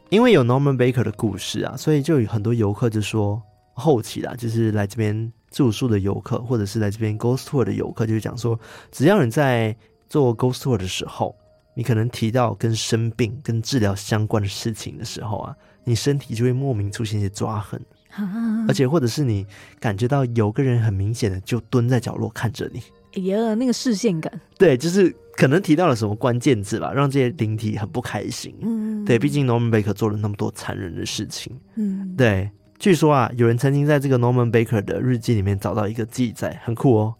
S2: 因为有 Norman Baker 的故事啊，所以就有很多游客就说，后期啦，就是来这边住宿的游客，或者是来这边 Ghost Tour 的游客，就是讲说，只要你在做 Ghost Tour 的时候，你可能提到跟生病、跟治疗相关的事情的时候啊，你身体就会莫名出现一些抓痕，
S1: 啊
S2: 而且或者是你感觉到有个人很明显的就蹲在角落看着你，
S1: 耶，哎那个视线感，
S2: 对，就是可能提到了什么关键字吧，让这些灵体很不开心。
S1: 嗯，
S2: 对，毕竟 Norman Baker 做了那么多残忍的事情。
S1: 嗯，
S2: 对，据说啊，有人曾经在这个 Norman Baker 的日记里面找到一个记载，很酷哦。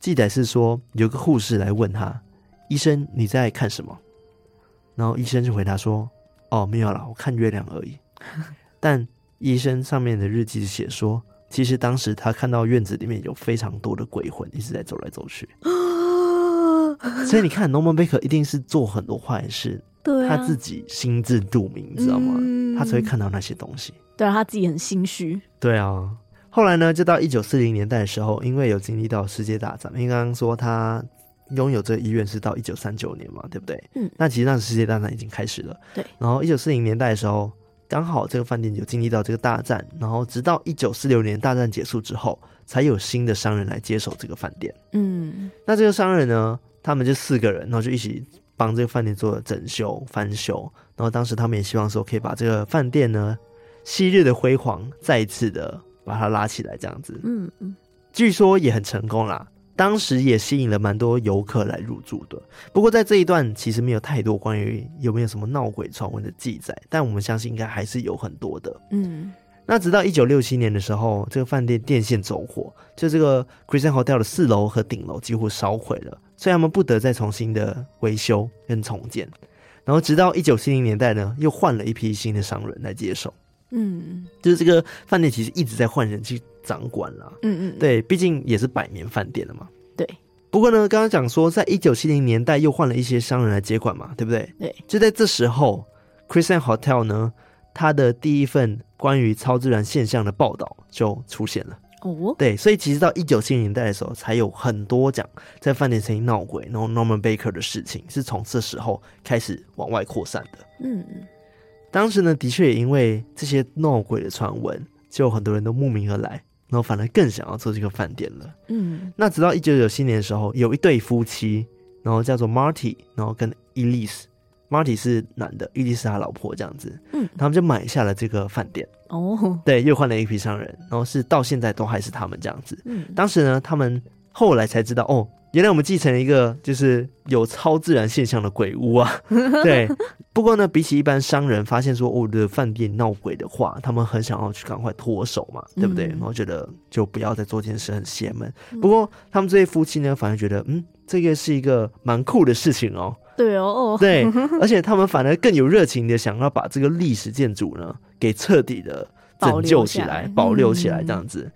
S2: 记载是说，有个护士来问他：“医生，你在看什么？”然后医生就回答说：“哦，没有啦，我看月亮而已。”但医生上面的日记是写说，其实当时他看到院子里面有非常多的鬼魂一直在走来走 去。 所以你看，Norman Baker 一定是做很多坏事，
S1: 对啊，
S2: 他自己心知肚明，你知道吗？
S1: 嗯
S2: 他才会看到那些东西。
S1: 对啊，他自己很心虚，
S2: 对啊，后来呢，就到一九四零年代的时候，因为有经历到世界大战，因为刚刚说他拥有这个医院是到一九三九年嘛，对不对？
S1: 嗯
S2: 那其实那世界大战已经开始了。
S1: 对。
S2: 然后一九四零年代的时候，刚好这个饭店有经历到这个大战，然后直到一九四六年大战结束之后，才有新的商人来接手这个饭店。
S1: 嗯
S2: 那这个商人呢，他们就四个人，然后就一起帮这个饭店做整修、翻修。然后当时他们也希望说，可以把这个饭店呢昔日的辉煌再一次的把它拉起来，这样子。
S1: 嗯嗯，
S2: 据说也很成功啦。当时也吸引了蛮多游客来入住的。不过在这一段其实没有太多关于有没有什么闹鬼传闻的记载，但我们相信应该还是有很多的。
S1: 嗯，
S2: 那直到一九六七年的时候，这个饭店电线走火，就这个 Christian Hotel 的四楼和顶楼几乎烧毁了，所以他们不得再重新的维修跟重建。然后直到一九七零年代呢，又换了一批新的商人来接手，
S1: 嗯
S2: 就是这个饭店其实一直在换人去掌管啦。
S1: 嗯嗯，，
S2: 对，毕竟也是百年饭店了嘛。
S1: 对。
S2: 不过呢，刚刚讲说，在一九七零年代又换了一些商人来接管嘛，对不对？
S1: 对。
S2: 就在这时候，Christian Hotel 呢，它的第一份关于超自然现象的报道就出现了。
S1: 哦，
S2: 对，所以其实到一九七零年代的时候，才有很多讲在饭店曾经闹鬼，然后 Norman Baker 的事情是从这时候开始往外扩散的。
S1: 嗯
S2: 当时呢，的确也因为这些闹鬼的传闻，就有很多人都慕名而来，然后反而更想要做这个饭店了。
S1: 嗯
S2: 那直到一九九七年的时候，有一对夫妻，然后叫做 Marty，然后跟 Elise，Marty 是男的，Elise 是他老婆这样子，
S1: 嗯，
S2: 他们就买下了这个饭店，
S1: 哦，
S2: 对，又换了一批商人，然后是到现在都还是他们这样子。
S1: 嗯
S2: 当时呢，他们后来才知道，哦，原来我们继承了一个就是有超自然现象的鬼屋 啊。对，不过呢，比起一般商人发现说哦我的饭店闹鬼的话，他们很想要去赶快脱手嘛，对不对？
S1: 嗯
S2: 然后觉得就不要再做这件事，很邪门。不过他们这对夫妻呢，反而觉得嗯，这个是一个蛮酷的事情哦。
S1: 对哦，哦，
S2: 对，而且他们反而更有热情的想要把这个历史建筑呢给彻底的拯救起来、嗯保
S1: 保
S2: 留
S1: 留
S2: 起
S1: 下来
S2: 来这样子。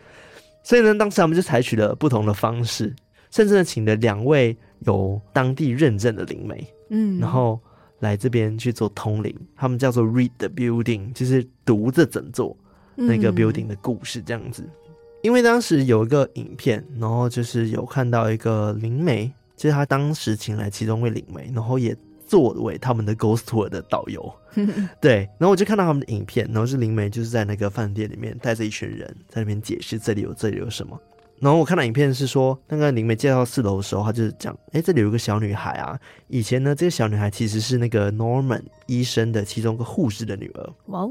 S2: 所以呢，当时他们就采取了不同的方式，甚至呢请了两位有当地认证的灵媒，
S1: 嗯，
S2: 然后来这边去做通灵，他们叫做 read the building，就是读这整座那个
S1: 嗯
S2: building 的故事这样子。因为当时有一个影片，然后就是有看到一个灵媒，就是他当时请来其中一位灵媒，然后也作为他们的 ghost tour 的导游。对，然后我就看到他们的影片，然后是灵媒就是在那个饭店里面带着一群人在那边解释这里有这里有什么。然后我看到影片是说，那个灵媒介绍四楼的时候，他就是讲，哎，这里有一个小女孩啊，以前呢，这个小女孩其实是那个 Norman 医生的其中一个护士的女儿，
S1: 哇哦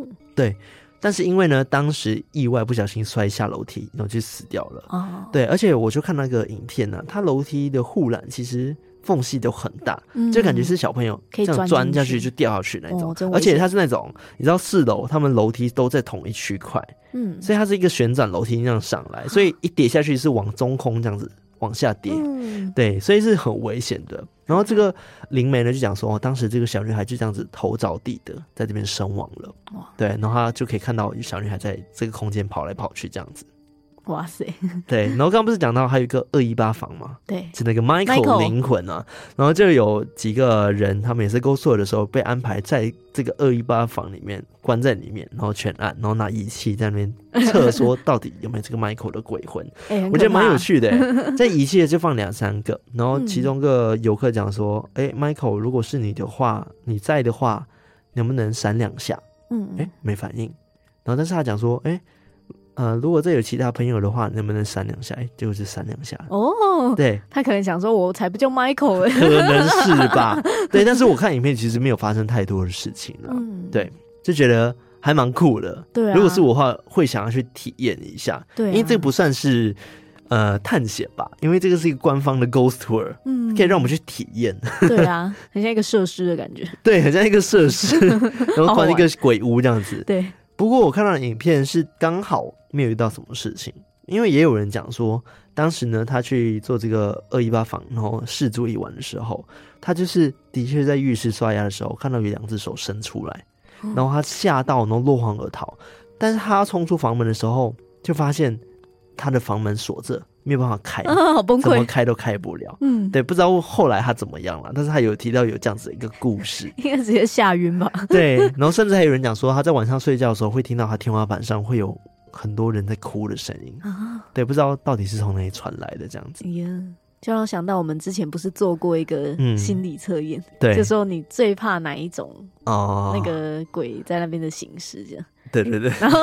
S2: 但是因为呢，当时意外不小心摔下楼梯，然后就死掉了。
S1: 啊，
S2: 对，而且我就看那个影片呢、啊它楼梯的护栏其实缝隙都很大，
S1: 对
S2: 就感觉是小朋友
S1: 可以
S2: 这
S1: 钻
S2: 样钻
S1: 进
S2: 下去
S1: 去
S2: 就掉下去那种。
S1: 嗯哦真危
S2: 而且
S1: 险
S2: 它是那种，你知道四楼他们楼梯都在同一区块，
S1: 嗯，啊
S2: 所以它是一个旋转楼梯那样上来，所以一跌下去是往中空这样子往下跌。
S1: 嗯
S2: 对，所以是很危险的。然后这个灵媒呢就讲说，哦，当时这个小女孩就这样子头着地的，在这边身亡了
S1: 哇。
S2: 对，然后她就可以看到小女孩在这个空间跑来跑去这样子。
S1: 哇塞，
S2: 对，然后刚刚不是讲到还有一个二一八房吗？
S1: 对，
S2: 是那个 Michael
S1: Michael
S2: 灵魂啊，然后就有几个人，他们也是勾错的时候被安排在这个二一八房里面关在里面，然后全暗，然后拿仪器在那 边测说到底有没有这个 Michael 的鬼魂。
S1: 哎，很
S2: 我觉得
S1: 可怕
S2: 蛮有，趣的欸， 在仪器的就放两三个，然后其
S1: 嗯
S2: 中一个游客讲说：“哎、m i c h a e l 如果是你的话，你在的话，能不能闪两下
S1: 嗯？”
S2: 哎、
S1: 嗯，
S2: 没反应。然后但是他讲说：“哎、呃，如果这有其他朋友的话，能不能闪两下？”哎、结果是闪两下。
S1: 哦，
S2: 对，
S1: 他可能想说，我才不叫 Michael 哎，
S2: 可能是 吧。对，但是我看影片其实没有发生太多的事情了，
S1: 嗯，
S2: 对就觉得还蛮酷的。
S1: 对啊，
S2: 如果是我的话，会想要去体验一下，
S1: 对啊，
S2: 因为这不算是呃探险吧，因为这个是一个官方的 ghost tour。
S1: 嗯
S2: 可以让我们去体验，
S1: 对啊，很像一个设施的感觉，
S2: 对，很像一个 设施，然后
S1: 好
S2: 关一
S1: 玩
S2: 个鬼屋这样子。
S1: 对，
S2: 不过我看到的影片是刚好没有遇到什么事情，因为也有人讲说，当时呢他去做这个二一八房，然后试住一晚的时候，他就是的确在浴室刷牙的时候看到有两只手伸出来，
S1: 嗯
S2: 然后他吓到，然后落荒而逃。但是他冲出房门的时候，就发现他的房门锁着，没有办法开，
S1: 啊，好崩
S2: 怎么
S1: 溃，
S2: 开都开不了。
S1: 嗯，，
S2: 对，不知道后来他怎么样了，但是他有提到有这样子的一个故事
S1: 应该直接吓晕 吧，
S2: 对，然后甚至还有人讲说他在晚上睡觉的时候会听到他天花板上会有很多人在哭的声音，
S1: 啊，
S2: 对，不知道到底是从哪里传来的这样子，
S1: 耶，就让我想到我们之前不是做过一个
S2: 嗯
S1: 心理测验，
S2: 对，
S1: 就说你最怕哪一种
S2: 哦，
S1: 那，个鬼在那边的形式这样。
S2: 对对对，
S1: 然后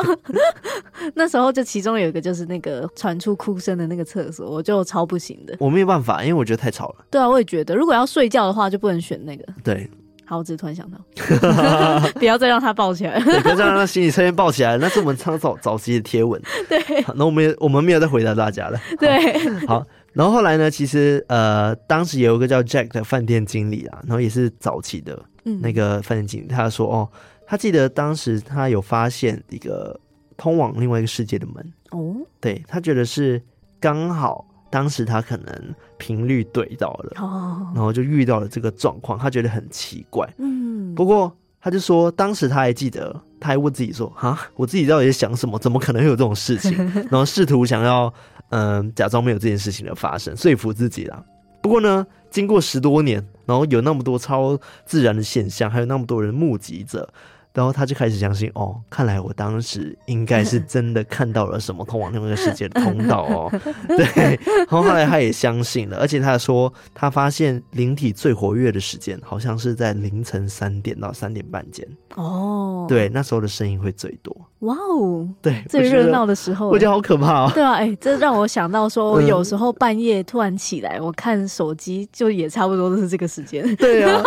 S1: 那时候就其中有一个就是那个传出哭声的那个厕所，我就超不行的。
S2: 我没有办法，因为我觉得太吵了，
S1: 对啊，我也觉得，如果要睡觉的话，就不能选那个。
S2: 对，
S1: 好，我只是突然 想到，不要再让它抱起来。
S2: 对不要再让他心理测验爆起来了，那是我们超早早期的贴文，
S1: 对
S2: 好，那我们也我们没有再回答大家了，
S1: 对，
S2: 好，然后后来呢，其实呃，当时有一个叫 Jack 的饭店经理啊，然后也是早期的，
S1: 嗯
S2: 那个范景，他说哦，他记得当时他有发现一个通往另外一个世界的门，
S1: 哦，
S2: 对他觉得是刚好当时他可能频率对到了，
S1: 哦，
S2: 然后就遇到了这个状况，他觉得很奇怪。
S1: 嗯，
S2: 不过他就说，当时他还记得，他还问自己说啊，我自己到底在想什么？怎么可能会有这种事情？然后试图想要嗯、假装没有这件事情的发生，说服自己啦。不过呢，经过十多年，然后有那么多超自然的现象，还有那么多人目击者，然后他就开始相信哦，看来我当时应该是真的看到了什么通往另外一个世界的通道哦。对，然后后来他也相信了，而且他说他发现灵体最活跃的时间好像是在凌晨三点到三点半间，
S1: 哦，，
S2: 对，那时候的声音会最多。
S1: 哇哦，
S2: 对，
S1: 最
S2: 我觉得
S1: 热闹，的时候
S2: 我，觉得好可怕哦。
S1: 对啊，哎、这让我想到说，我
S2: 嗯
S1: 有时候半夜突然起来，我看手机就也差不多都是这个时间，
S2: 对啊，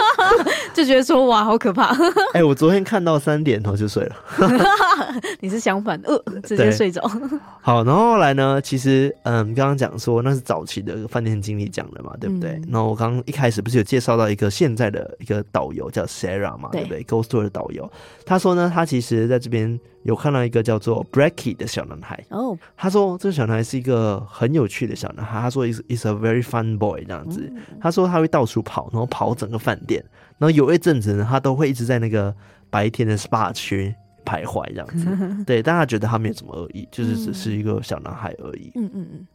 S1: 就觉得说哇，好可怕。
S2: 哎、我昨天看到三点头就睡了。
S1: 你是相反，呃，直接睡着。
S2: 嗯好，然后后来呢，其实嗯，刚刚讲说那是早期的饭店经理讲的嘛，对不对？
S1: 嗯
S2: 然后我刚刚一开始不是有介绍到一个现在的一个导游叫 Sarah 嘛，
S1: 对
S2: 对不对？Ghost Tour 的导游，他说呢，他其实在这边有看到一个叫做 Bracky 的小男孩，
S1: 哦，
S2: 他说这个小男孩是一个很有趣的小男孩，他说 is is a very fun boy 这样子。他说他会到处跑，然后跑整个饭店，然后有一阵子呢，他都会一直在那个白天的 SPA 区徘徊这样 子。对，但他觉得他没有什么恶意，就是只是一个小男孩而已。
S1: 嗯嗯嗯，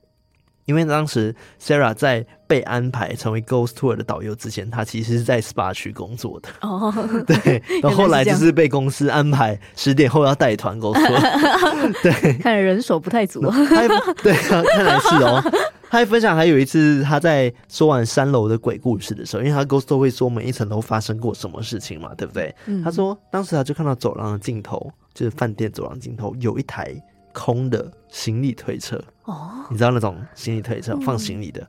S2: 因为当时 Sarah 在被安排成为 Ghost Tour 的导游之前，他其实是在 SPA 区工作的。
S1: 哦，
S2: 对，然后后来就是被公司安排十点后要带团 Ghost Tour。
S1: 看来人手不 太足啊。
S2: 他对啊，看来是哦。他还分享，还有一次他在说完三楼的鬼故事的时候，因为他 ghost 都会说每一层楼发生过什么事情嘛，对不对？
S1: 嗯
S2: 他说当时他就看到走廊的尽头，就是饭店走廊尽头有一台空的行李推车，
S1: 哦，
S2: 你知道那种行李推车放行李的，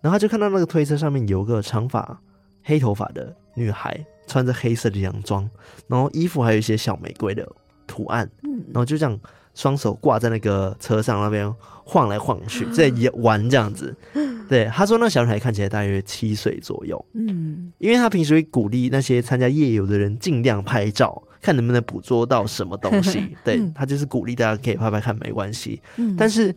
S2: 然后他就看到那个推车上面有个长发黑头发的女孩，穿着黑色的洋装，然后衣服还有一些小玫瑰的图案。然
S1: 嗯，
S2: 后就这样双手挂在那个车上那边晃来晃去，在也玩这样子。对，他说那小女孩看起来大约七岁左右，
S1: 嗯，。
S2: 因为他平时会鼓励那些参加夜游的人尽量拍照，看能不能捕捉到什么东西对
S1: 嗯
S2: 他就是鼓励大家可以拍拍看没关系。
S1: 嗯
S2: 但是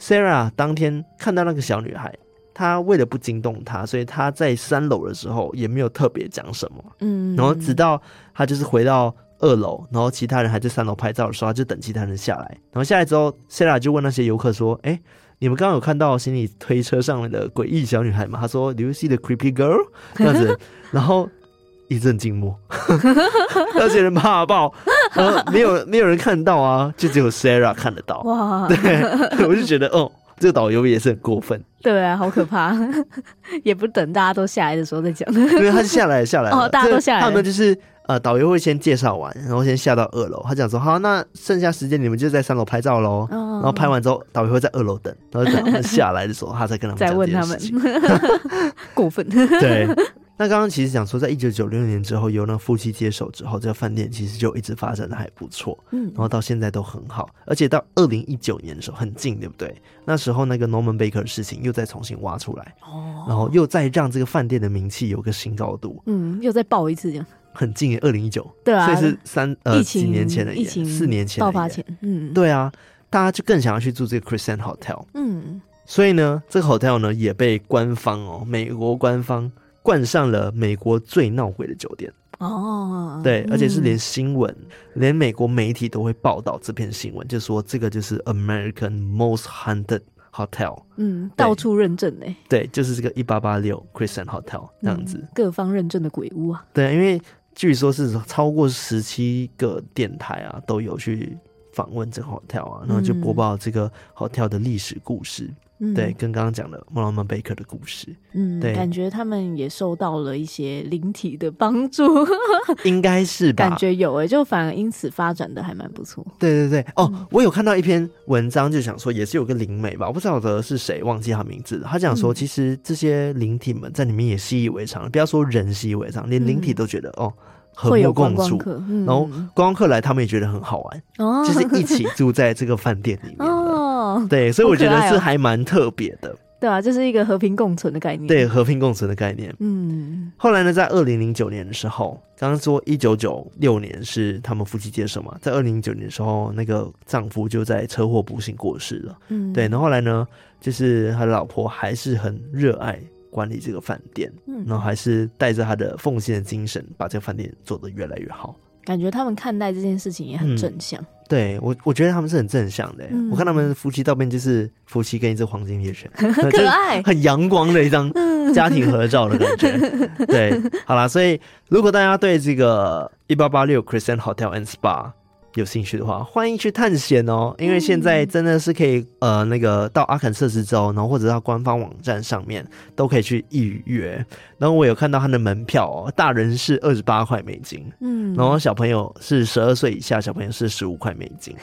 S2: Sarah 啊当天看到那个小女孩。她为了不惊动她，所以她在三楼的时候也没有特别讲什么。
S1: 嗯，
S2: 然后直到他就是回到二楼，然后其他人还在三楼拍照的时候，他就等其他人下来。然后下来之后，Sarah 就问那些游客说：“哎、你们刚刚有看到行李推车上面的诡异小女孩吗？”他说：“Do you see the creepy girl？” 这样子，然后一阵静默， 那些人怕爆，然后没有没有人看到啊，就只有 Sarah 看得到。
S1: 哇，
S2: 我就觉得，哦，这个导游也是很过分，
S1: 对啊，好可怕， 也不等大家都下来的时候再讲。
S2: 因为他是下来了下来了，
S1: 哦大家都下来了
S2: 他们就是呃，导游会先介绍完，然后先下到二楼。他讲说，好，那剩下时间你们就在三楼拍照喽。
S1: 然
S2: 然后拍完之后，导游会在二楼等，然后等他们下来的时候，他再跟他们
S1: 再
S2: 讲这
S1: 问
S2: 件
S1: 他
S2: 事
S1: 们
S2: 情。，
S1: 过分。
S2: 对。那刚刚其实讲说，在一九九六年之后，由那夫妻接手之后，这个饭店其实就一直发展的还不错，
S1: 嗯
S2: 然后到现在都很好，而且到二零一九年的时候很近，对不对？那时候那个 Norman Baker 的事情又再重新挖出来，
S1: 哦，
S2: 然后又再让这个饭店的名气有个新高度。
S1: 嗯，又再爆一次这样。
S2: 很近耶，二零一九，
S1: 对啊
S2: 所以是三呃
S1: 疫
S2: 几
S1: 情
S2: 年前的
S1: 疫情
S2: 四年前了
S1: 爆
S2: 耶
S1: 发，前，嗯，，
S2: 对啊，大家就更想要去住这个 Crescent Hotel，
S1: 嗯，
S2: 所以呢，这个 hotel 呢也被官方哦，美国官方冠上了美国最闹鬼的酒店，
S1: 哦，
S2: 对，而且是连
S1: 嗯
S2: 新闻，连美国媒体都会报道这篇新闻，就说这个就是 American Most Haunted Hotel，
S1: 嗯到处认证哎，
S2: 对，就是这个一八八六 Crescent Hotel 这样子，
S1: 嗯各方认证的鬼屋啊，
S2: 对，因为据说是超过十七个电台啊都有去访问这个 hotel 啊，然后就播报这个 hotel 的历史故事，
S1: 嗯，
S2: 对，，跟刚刚讲的莫拉曼贝克的故事，
S1: 嗯，
S2: 对
S1: 感觉他们也受到了一些灵体的帮 助，
S2: 应该是吧？
S1: 感觉有哎，就反而因此发展的还蛮不错，
S2: 对对对，哦，
S1: 嗯
S2: 我有看到一篇文章，就想说也是有个灵媒吧，我不晓得是谁，忘记他名字了。他讲说，
S1: 嗯
S2: 其实这些灵体们在里面也习以为常了，不要说人习以为常，连灵体
S1: 嗯
S2: 都觉得、哦和
S1: 会
S2: 睦
S1: 有观
S2: 共
S1: 光
S2: 处。
S1: 客，嗯，
S2: 然后观光客来，他们也觉得很好玩，
S1: 哦，
S2: 就是一 起住在这个饭店里面的。
S1: 哦，
S2: 对，所以我觉
S1: 好可
S2: 得
S1: 爱哦
S2: 是还蛮特别的，
S1: 对啊，这是一个和平共存的概念，
S2: 对，和平共存的概念。
S1: 嗯，
S2: 后来呢，在二零零九年的时候，刚刚说一九九六年是他们夫妻接手嘛，在二零零九年的时候，那个丈夫就在车祸不幸过世了。
S1: 嗯，
S2: 对，然后后来呢，就是他的老婆还是很热爱管理这个饭店，
S1: 嗯
S2: 然后还是带着他的奉献的精神，把这个饭店做得越来越好。
S1: 感觉他们看待这件事情也很
S2: 嗯
S1: 正向，
S2: 对我，我觉得他们是很正向的欸、
S1: 嗯
S2: 我看他们夫妻照片就是夫妻跟一只黄金 猎犬，很
S1: 可爱
S2: 很阳光的一张家庭合照的感觉。对，好啦，所以如果大家对这个一八八六 Crescent Hotel and Spa 有兴趣的话，欢迎去探险哦，因为现在真的是可以，呃，那个到阿肯色斯州，然后或者到官方网站上面都可以去预约。然后我有看到它的门票哦，大人是二十八块美金，
S1: 嗯，
S2: 然后小朋友是十二岁以下小朋友是十五块美金，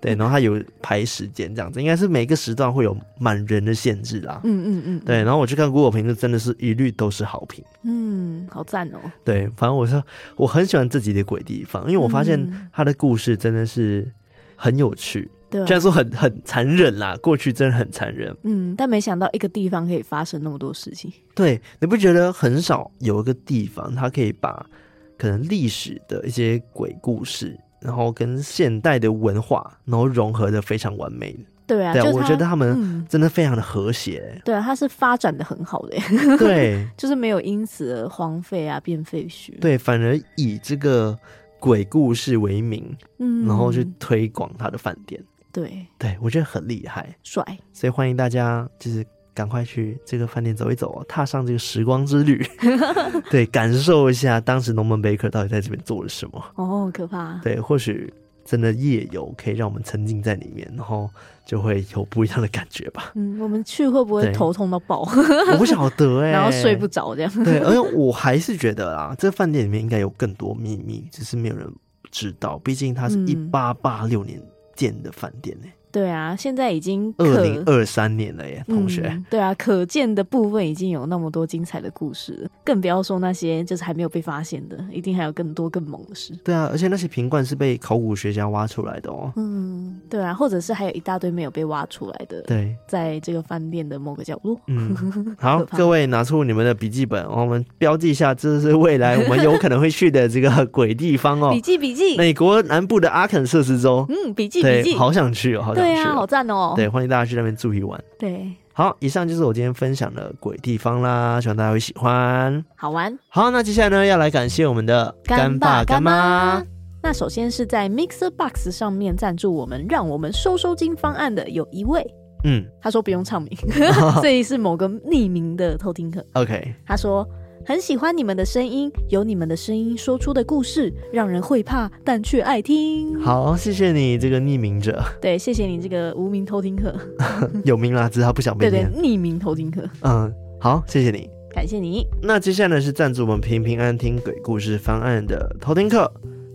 S2: 对，然后它有排时间这样子，应该是每个时段会有满人的限制啦。
S1: 嗯嗯嗯，
S2: 对，然后我去看 Google 评论，真的是一律都是好评。
S1: 嗯，好赞哦，
S2: 对，反正我说我很喜欢自己的鬼地方，因为我发现
S1: 嗯
S2: 他的故事真的是很有趣，
S1: 对啊
S2: 虽然说很很残忍啦，过去真的很残忍。
S1: 嗯，但没想到一个地方可以发生那么多事情，
S2: 对，你不觉得很少有一个地方，它可以把可能历史的一些鬼故事，然后跟现代的文化，然后融合的非常完美。
S1: 对啊，
S2: 对啊，
S1: 就
S2: 我
S1: 它
S2: 觉得他们
S1: 嗯，
S2: 真的非常的 和谐。
S1: 对啊，它是发展的很好的耶，
S2: 对
S1: 就是没有因此而荒废啊，变废墟，，
S2: 对，反而以这个鬼故事为名，
S1: 嗯
S2: 然后去推广他的饭店。
S1: 对，
S2: 对，我觉得很厉害，
S1: 帅，
S2: 所以欢迎大家就是赶快去这个饭店走一走哦，踏上这个时光 之旅，对，感受一下当时龙门贝克到底在这边做了什么。
S1: 哦，可怕，。
S2: 对，或许真的夜游可以让我们沉浸在里面，然后就会有不一样的感觉吧
S1: 嗯，我们去会不会
S2: 对
S1: 头痛到爆，
S2: 我不晓得 哎、
S1: 然后睡不。着这样？
S2: 对，而且我还是觉得啊，这饭店里面应该有更多秘密，只是没有人知道，毕竟它是一
S1: 嗯
S2: 八八六年建的饭店呢、 欸
S1: 对啊，现在已经可
S2: 二零二三年了耶，同学。
S1: 嗯对啊，可见的部分已经有那么多精彩的故事了，更不要说那些就是还没有被发现的，一定还有更多更猛的事。
S2: 对啊，而且那些瓶罐是被考古学家挖出来的 哦。
S1: 嗯，对啊，或者是还有一大堆没有被挖出来的，
S2: 对，
S1: 在这个饭店的某个角落。
S2: 嗯，好，
S1: 可怕
S2: 各位拿出你们的笔记本，哦我们标记一下，这是未来我们有可能会去的这个鬼地方哦
S1: 笔。记笔记，
S2: 美国南部的阿肯色斯州，
S1: 嗯，笔记笔
S2: 对，
S1: 记，
S2: 好想去哦，好想
S1: 对
S2: 去
S1: 啊，好
S2: 哦。
S1: 赞哦。
S2: 对，欢迎大家去那边住一晚。
S1: 对，
S2: 好，以上就是我今天分享的鬼地方啦，希望大家会喜欢。
S1: 好玩。
S2: 好，那接下来呢，要来感谢我们的爸干妈。。
S1: 那首先是在 Mixer Box 上面赞助我们，让我们收收金方案的有一位，
S2: 嗯
S1: 他说不用 唱名，这里是某个匿名的偷听客。
S2: ，OK，
S1: 他说很喜欢你们的声音，有你们的声音说出的故事，让人会怕但却爱听。
S2: 好，谢谢你这个匿名者，
S1: 对，谢谢你这个无名偷听客，
S2: 有名啦，只是他不想被
S1: 对对，
S2: 念。
S1: 匿名偷听客，
S2: 嗯，好，谢谢你。
S1: 感谢你。
S2: 那接下来是赞助我们平平安听鬼故事方案的偷听客，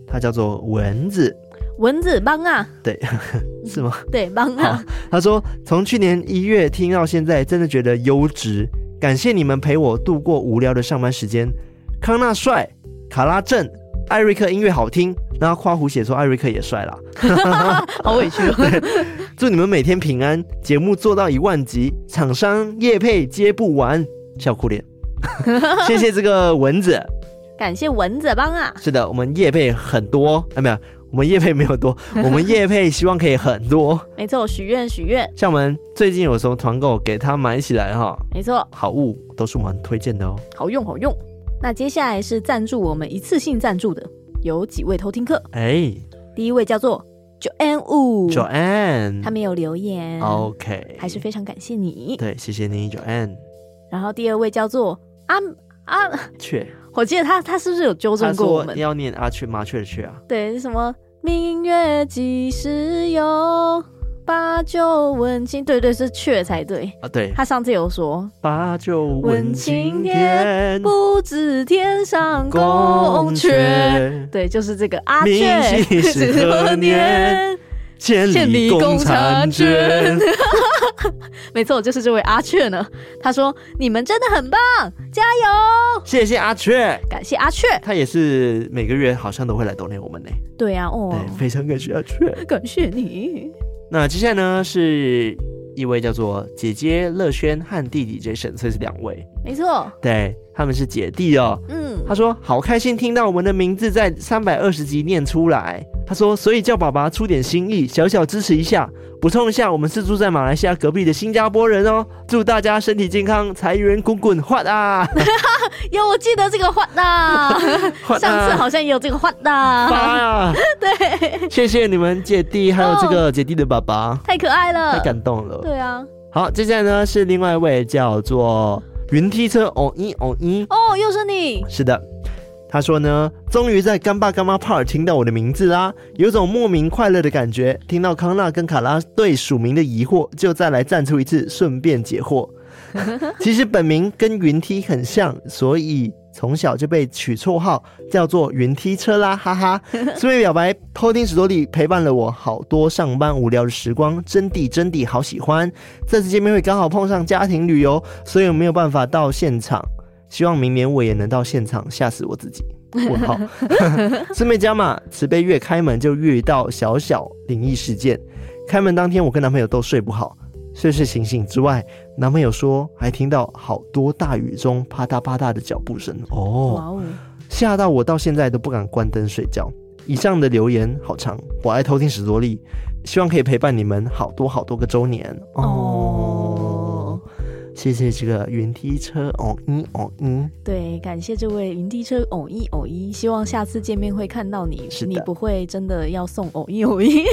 S2: 他叫做蚊子，
S1: 蚊子帮啊，
S2: 对，是 吗？
S1: 对帮啊，
S2: 他说从去年一月听到现在，真的觉得优质，感谢你们陪我度过无聊的上班时间。康纳帅，卡拉正，艾瑞克音乐好听，然后夸胡写说艾瑞克也帅啦。
S1: 好委屈、 哦。
S2: 祝你们每天平安，节目做到一万集，厂商业配接不完，笑哭脸。 谢谢这个蚊子。
S1: 感谢蚊子帮啊，
S2: 是的，我们业配很多，哎，没有，我们业配没 有多，我们业配希望可以很多。
S1: 没错，许愿许愿，
S2: 像我们最近有什么团购，给他买起来哈，
S1: 没错，
S2: 好物都是我们推荐的哦。
S1: 好用好用。那接下来是赞助我们一次性赞助的，有几位偷听客，
S2: 哎
S1: 第一位叫做 Joanne Wu，他
S2: ，Joanne，OK，、
S1: 没有留言，还是非常感谢你。
S2: 对，谢谢你，Joanne。
S1: 然后第二位叫做阿阿，
S2: 雀，
S1: 我记得他他是不是有纠
S2: 他
S1: 正过我
S2: 说
S1: 们？
S2: 要念阿雀麻雀的雀啊，
S1: 对，什么明月几时有，把酒问青，对对是雀才对。
S2: 啊对，
S1: 他上次有说，
S2: 八九
S1: 问
S2: 问
S1: 青
S2: 青
S1: 天
S2: 天，
S1: 不知天上宫阙。，对，就是这个阿雀，
S2: 明夕是何年？千
S1: 千里
S2: 里
S1: 共
S2: 共
S1: 婵
S2: 婵
S1: 娟。
S2: 娟
S1: 没错，就是这位阿雀呢。他说：“你们真的很棒，加油！
S2: 谢谢阿雀。
S1: 感谢阿雀。
S2: 他也是每个月好像都会来 donate 我们呢、”
S1: 对啊，哦，
S2: 对，非常感谢阿雀。
S1: 感谢你。
S2: 那接下来呢是一位叫做姐姐乐轩和弟弟 Jason，所以是两位，
S1: 没错，
S2: 对，他们是姐弟哦。
S1: 嗯，
S2: 他说好开心听到我们的名字在三百二十集念出来。他说，所以叫爸爸出点心意，小小支持一下。补充一下，我们是住在马来西亚隔壁的新加坡人哦。祝大家身体健康，财源滚滚，发啊！
S1: 有我记得这个话 的，
S2: 发
S1: 上次
S2: 啊！
S1: 好像也有这个话
S2: 发
S1: 的，
S2: 啊！对， 谢谢你们姐弟，还有这个姐弟的爸爸，
S1: 太可爱了
S2: 太。感动了。
S1: 对啊，
S2: 好，接下来呢是另外一位叫做云梯车哦一哦一，
S1: 哦，又是你，
S2: 是的，他说呢，终于在干爸干妈 part 听到我的名字啦，有种莫名快乐的感觉。听到康纳跟卡拉对署名的疑惑，就再来站出一次，顺便解惑。其实本名跟云梯很像，所以从小就被取绰号叫做云梯车啦，哈哈。顺便表白，偷听史多利陪伴了我好多上班无聊的时光，真的真的好喜欢。这次见面会刚好碰上家庭旅游，所以我没有办法到现场。希望明年我也能到现场，吓死我自己。问号，顺便加码，慈悲月开门就遇到小小灵异事件。开门当天，我跟男朋友都睡不好，睡睡醒醒之外，男朋友说还听到好多大雨中啪嗒啪嗒的脚步声哦，
S1: 哇哦，
S2: 吓到我到现在都不敢关灯睡觉。以上的留言好长，我爱偷听史多利，希望可以陪伴你们好多好多个周年哦
S1: 哦。
S2: 谢谢这个云梯车哦嗯哦 嗯，
S1: 对，感谢这位云梯车偶一偶一，希望下次见面会看到你
S2: 是，的
S1: 你不会真的要送偶一偶一，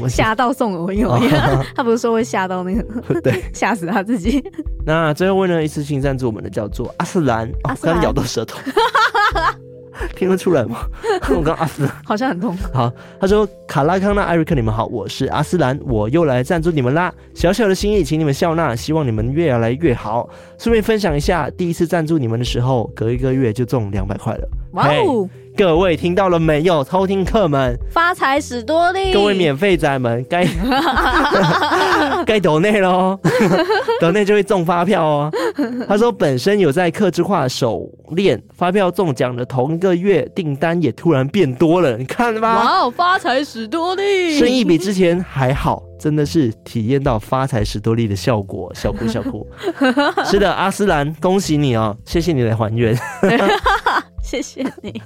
S2: 么
S1: 吓到送偶一偶一，哦 他不是说会吓到那个，
S2: 对，
S1: 吓死他自己。
S2: 那最后为了一次性赞助我们的叫做阿斯兰，哦
S1: 阿
S2: 我
S1: 斯兰
S2: 刚咬到 舌头，听得出来吗？ 我刚阿斯兰。
S1: 好像很痛。
S2: 好，他说卡拉康纳、艾瑞克，你们好，我是阿斯兰，我又来赞助你们啦。小小的心意，请你们笑纳，希望你们越来越好。顺便分享一下，第一次赞助你们的时候，隔一个月就中两百块了。
S1: 哇哦，
S2: 各位听到了没有？偷听客们，
S1: 发财史多利，
S2: 各位免费仔们，该 该抖内喽，抖内就会中发票哦。他说本身有在客制化手链发票中奖的同一个月，订单也突然变多了，你看吧，
S1: 哇哦，发财史多利，
S2: 生意比之前还好，真的是体验到发财史多利的效果，小哭 小哭。是的，阿斯兰，恭喜你哦，谢谢你的还原。
S1: 谢谢你，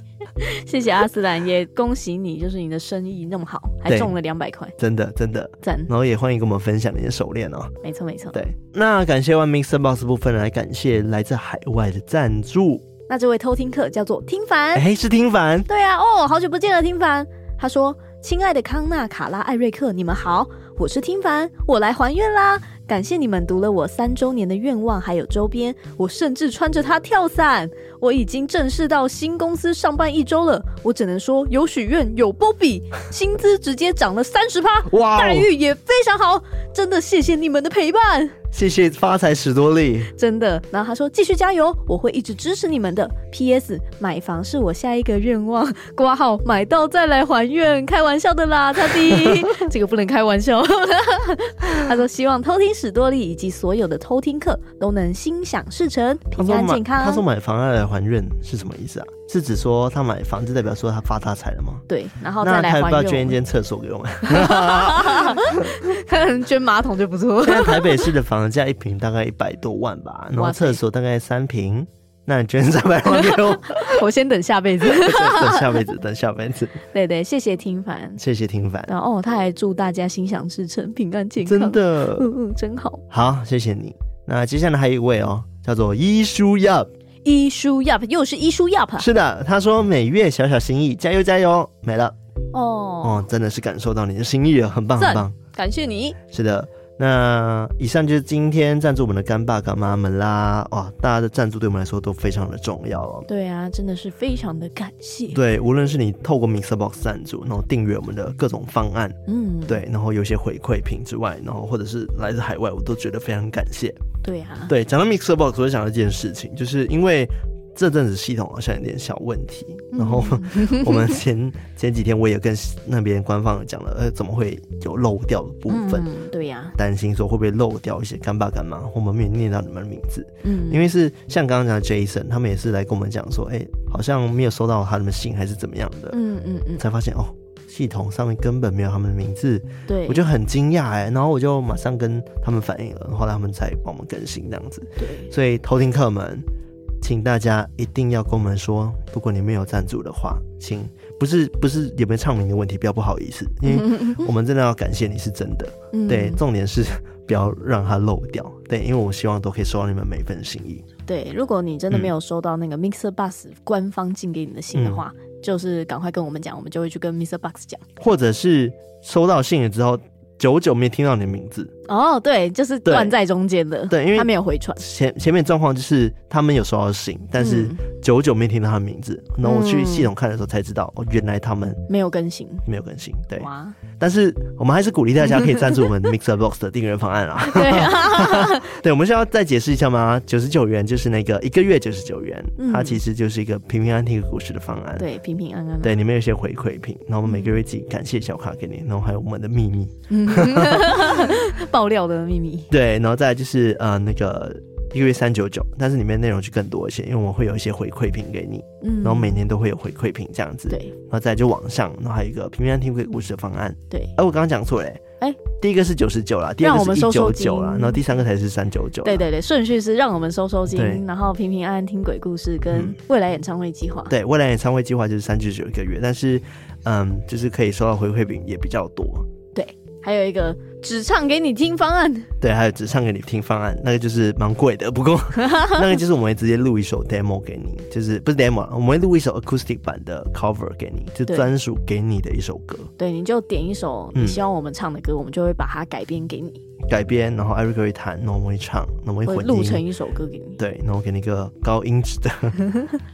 S1: 谢谢阿斯兰，也恭喜你，就是你的生意那么好，还
S2: 对
S1: 中了两百块，
S2: 真的真的，
S1: 赞，
S2: 然后也欢迎跟我们分享你的手链哦。
S1: 没错没错。
S2: 对，那感谢完 Mixer Box 部分，来感谢来自海外的赞助。
S1: 那这位偷听客叫做听凡，
S2: 哎、是听凡，
S1: 对啊，哦，好久不见了，听凡。他说：“亲爱的康纳、卡拉、艾瑞克，你们好，我是听凡，我来还愿啦！感谢你们读了我三周年的愿望，还有周边，我甚至穿着它跳伞。我已经正式到新公司上班一周了，我只能说有许愿，有波比，薪资直接涨了三十趴，
S2: 哇
S1: 待
S2: 哦，
S1: 遇也非常好，真的谢谢你们的陪伴。”
S2: 谢谢发财史多利，
S1: 真的。然后他说继续加油，我会一直支持你们的。P.S. 买房是我下一个愿望， 挂号买到再来还愿，开玩笑的啦，他弟， 这个不能开玩笑。他说希望偷听史多利以及所有的偷听客都能心想事成，
S2: 他
S1: 平
S2: 说
S1: 安
S2: 买
S1: 健康。
S2: 他说买房要来还愿是什么意思啊？是指说他买房就代表说他发大财了吗？
S1: 对，然后
S2: 那
S1: 再
S2: 他
S1: 来
S2: 要不
S1: 还
S2: 要捐一
S1: 愿。
S2: 间厕所给我们？
S1: 可能 捐马桶就不错。
S2: 现在台北市的房价一平大概一百多万吧，然后
S1: 哇塞
S2: 厕所大概三平，那你捐三百万给我，
S1: 我先等下辈子。
S2: 等下辈子，等下辈子，
S1: 对对，谢谢听凡。
S2: 谢谢听凡，
S1: 然后哦，他还祝大家心想事成、平安健康。
S2: 真，的
S1: 嗯嗯，真好。
S2: 好，谢谢你。那接下来还有一位哦，叫做伊舒亚。
S1: 医书 Yup 又是医书 Yup 啊
S2: 是的，他说每月小小心意，加油加油，没了。
S1: 哦。
S2: 哦，真的是感受到你的心意了，很棒很
S1: 赞
S2: 棒。
S1: 感谢你，
S2: 是的，那以上就是今天赞助我们的干爸干妈们啦。哇，大家的赞助对我们来说都非常的重要哦。
S1: 对啊，真的是非常的感谢。
S2: 对，无论是你透过 Mixer Box 赞助，然后订阅我们的各种方案，
S1: 嗯，
S2: 对，然后有一些回馈品之外，然后或者是来自海外，我都觉得非常感谢。
S1: 对啊，
S2: 对，讲到 Mixer Box，我就想到一件事情，就是因为这阵子系统好像有点小问题，然后
S1: 嗯
S2: 我们前前几天我也跟那边官方讲了，呃，怎么会有漏掉的部分？
S1: 嗯，对呀、
S2: 担心说会不会漏掉一些干爸干妈，我们没有念到你们的名字，
S1: 嗯，
S2: 因为是像刚刚讲的 Jason，他们也是来跟我们讲说，哎、好像没有收到他们的信还是怎么样的，
S1: 嗯嗯嗯，
S2: 才发现哦，系统上面根本没有他们的名字，
S1: 对，
S2: 我就很惊讶哎，然后我就马上跟他们反映了，后来他们才帮我们更新这样子。
S1: 对，
S2: 所以偷听客们，请大家一定要跟我们说，如果你们有赞助的话，请不是不是有没有唱名的问题，不要不好意思，因为我们真的要感谢你是真的。
S1: 嗯
S2: 对，重点是不要让它漏掉。对，因为我希望都可以收到你们每份心意。
S1: 对，如果你真的没有收到那个 Mixer Bus 官方寄给你的信的话，
S2: 嗯
S1: 就是赶快跟我们讲，我们就会去跟 Mixer Box 讲。
S2: 或者是收到信了之后，久久没听到你的名字。
S1: 哦，对，就是
S2: 对
S1: 断在中间的，
S2: 对因为
S1: 他没有回传，
S2: 前前面状况就是他们有收到信，但是
S1: 嗯
S2: 久久久没听到他的名字，然后我去系统看的时候才知道，哦，原来他们
S1: 没有更新。
S2: 没有更新。对，
S1: 嗯哇，
S2: 但是我们还是鼓励大家可以赞 助我们 Mixer Box 的订阅方案啦。
S1: 对啊，
S2: 对，我们是要再解释一下吗？九十九元就是那个一个月九十九元，
S1: 嗯
S2: 它其实就是一个平平安安听故事的方案。。
S1: 对，平平安安。
S2: 对，里面有一些回馈品，然后我们每个月寄感谢小卡给
S1: 嗯
S2: 你，然后还有我们的秘密，
S1: 爆料的秘密。
S2: 对，然后再来就是呃那个一个月三九九，但是里面内容就更多一些，因为我们会有一些回馈品给你，
S1: 嗯，
S2: 然后每年都会有回馈品这样子，，
S1: 对
S2: 然后再来就网上，然后还有一个平平安听鬼故事的方案，
S1: 对
S2: 哎、我刚刚讲错嘞、
S1: 哎
S2: 第一个是九十九啦，第
S1: 让
S2: 二
S1: 我
S2: 个
S1: 们
S2: 是
S1: 收
S2: 一
S1: 收
S2: 九
S1: 金
S2: 九啦，然后第三个才是三九九，
S1: 对对对，顺序是让我们收收
S2: 对
S1: 金，然后平平安安听鬼故事跟
S2: 嗯
S1: 未来演唱会计划。
S2: 对，未来演唱会计划就是三九九一个月，但是嗯，就是可以收到回馈品也比较多。
S1: 还有一个只唱给你听方案。
S2: 对，还有只唱给你听方案，那个就是蛮贵的，不过那个就是我们会直接录一首 demo 给你，就是不是 demo，啊我们会录一首 acoustic 版的 cover 给你，就
S1: 对
S2: 专属给你的一首歌
S1: 对，你就点一首你
S2: 嗯
S1: 希望我们唱的歌，我们就会把它改编给你，
S2: 改编，然后 Eric 会弹，然后我们会唱，然后我
S1: 会
S2: 们会
S1: 录
S2: 混
S1: 成
S2: 音，
S1: 一首歌给你。
S2: 对，然后给你一个高音质 的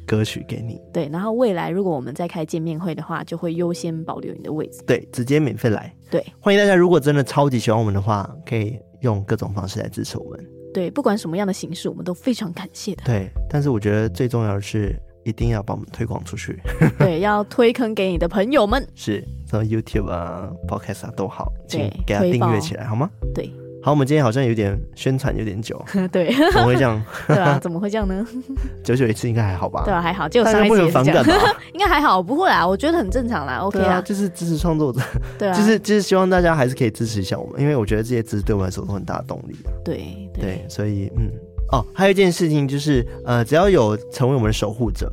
S2: 歌曲给你，
S1: 对，然后未来如果我们再开见面会的话，就会优先保留你的位置。
S2: 对，直接免费来。
S1: 对
S2: 欢迎大家，如果真的超级喜欢我们的话，可以用各种方式来支持我们。
S1: 对，不管什么样的形式，我们都非常感谢 的。
S2: 对，但是我觉得最重要的是，一定要把我们推广出去，
S1: 对，要推坑给你的朋友 们。
S2: 是什么 YouTube 啊、Podcast 啊都好，请
S1: 对
S2: 给它
S1: 推
S2: 订
S1: 爆
S2: 阅起来好吗？
S1: 对，
S2: 好，我们今天好像有点宣传有 点久，
S1: 对，
S2: 怎么会这样？
S1: 对啊，怎么会这样 呢？
S2: 久久一次应该还好吧？
S1: 对啊，还好，结果
S2: 大
S1: 上
S2: 家
S1: 一
S2: 不
S1: 次
S2: 会
S1: 也
S2: 很
S1: 是这
S2: 反感
S1: 样，
S2: 吧？
S1: 应该还好，不会啦，我觉得很正常啦，OK
S2: 对啊，
S1: 啦，
S2: 就是支持创作者，
S1: 对啊，
S2: 就是就是希望大家还是可以支持一下我们，因为我觉得这些支持对我们来说都很大的动力啊。
S1: 对对
S2: 对，所以嗯，哦，还有一件事情就是，呃，只要有成为我们的守护者，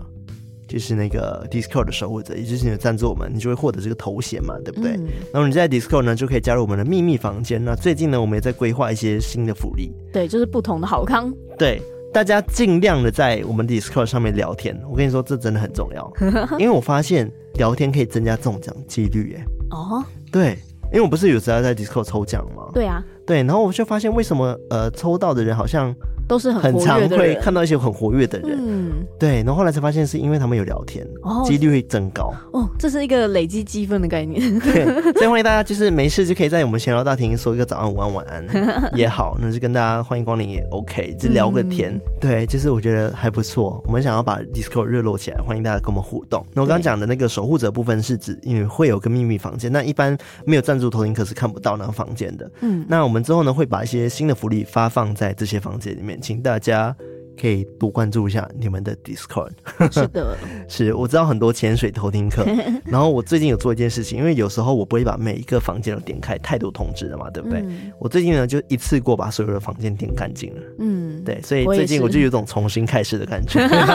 S2: 就是那个 Discord 的守护者，也就是你的赞助我们，你就会获得这个头衔嘛，对不对？
S1: 嗯
S2: 然后你在 Discord 呢，就可以加入我们的秘密房间。那最近呢，我们也在规划一些新的福利，
S1: 对，就是不同的好康，
S2: 对大家尽量的在我们 Discord 上面聊天。我跟你说，这真的很重 要，因为我发现聊天可以增加中奖几率。哎，
S1: 哦，
S2: 对，因为我不是有时候在 Discord 抽奖吗？
S1: 对啊，
S2: 对，然后我就发现为什么呃抽到的人好像
S1: 都是
S2: 很
S1: 活
S2: 常
S1: 跃的
S2: 会
S1: 人，
S2: 看到一些很活跃的人。
S1: 嗯，
S2: 对，然后后来才发现是因为他们有聊天，
S1: 哦
S2: 几率会增 高。
S1: 哦，这是一个累积积分的概念，
S2: 对，所以欢迎大家就是没事就可以在我们闲聊大厅说一个早安、午安、晚安也好，那就跟大家欢迎光临也 OK，就聊个
S1: 嗯
S2: 天。对，就是我觉得还不错。我们想要把 Discord 热络起来，欢迎大家跟我们互动。那我刚刚讲的那个守护者部分是指，因为会有个秘密房间，那一般没有赞助投影可是看不到那个房间的。
S1: 嗯，
S2: 那我们之后呢会把一些新的福利发放在这些房间里面，请大家。可以多关注一下你们的 Discord，
S1: 是的，
S2: 是我知道很多潜水偷 听课，然后我最近有做一件事情，因为有时候我不会把每一个房间都点开，太多通知了嘛， 对不对？
S1: 嗯
S2: 我最近呢就一次过把所有的房间点干净了，
S1: 嗯，
S2: 对，所以
S1: 我也
S2: 最近
S1: 是
S2: 我就有种重新开始的感 觉。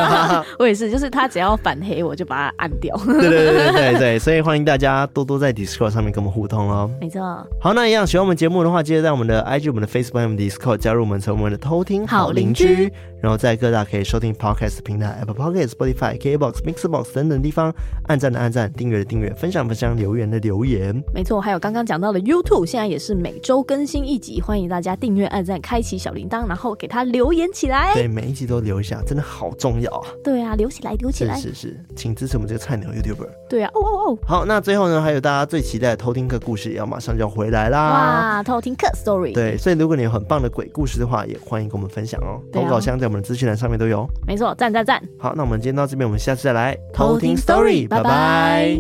S1: 我也是，就是他只要反黑，我就把它按掉，
S2: 对对对对对对，所以欢迎大家多多在 Discord 上面跟我们互动哦。
S1: 没错，
S2: 好，那一样喜欢我们节目的话，记得在我们的 IG、我们的 Facebook、我们的 Discord 加入我们成为我们的偷听好邻
S1: 好
S2: 居
S1: 邻，
S2: 然后在各大可以收听 Podcast 平台 Apple Podcast、Spotify、KBox、Mixbox 等等地方，按赞的按赞，订阅的订阅，分享分享，留言的留言。
S1: 没错，还有刚刚讲到的 YouTube，现在也是每周更新一集，欢迎大家订阅、按赞、开启小铃铛，然后给他留言起来。
S2: 对，每一集都留一下，真的好重要啊！
S1: 对啊，留起来，留起
S2: 是
S1: 来。
S2: 是是，请支持我们这个菜鸟 YouTuber。
S1: 对啊，哦哦哦，
S2: 好，那最后呢，还有大家最期待的偷听课故事也要马上就要回来啦。
S1: 哇，偷听课 story，，
S2: 啊对，所以如果你有很棒的鬼故事的话，也欢迎跟我们分享哦。
S1: 对
S2: 投
S1: 啊
S2: 稿箱在我们的资讯栏上面都有。哦
S1: 没错，赞赞赞，
S2: 好，那我们今天到这边，我们下次再来
S1: 拜拜。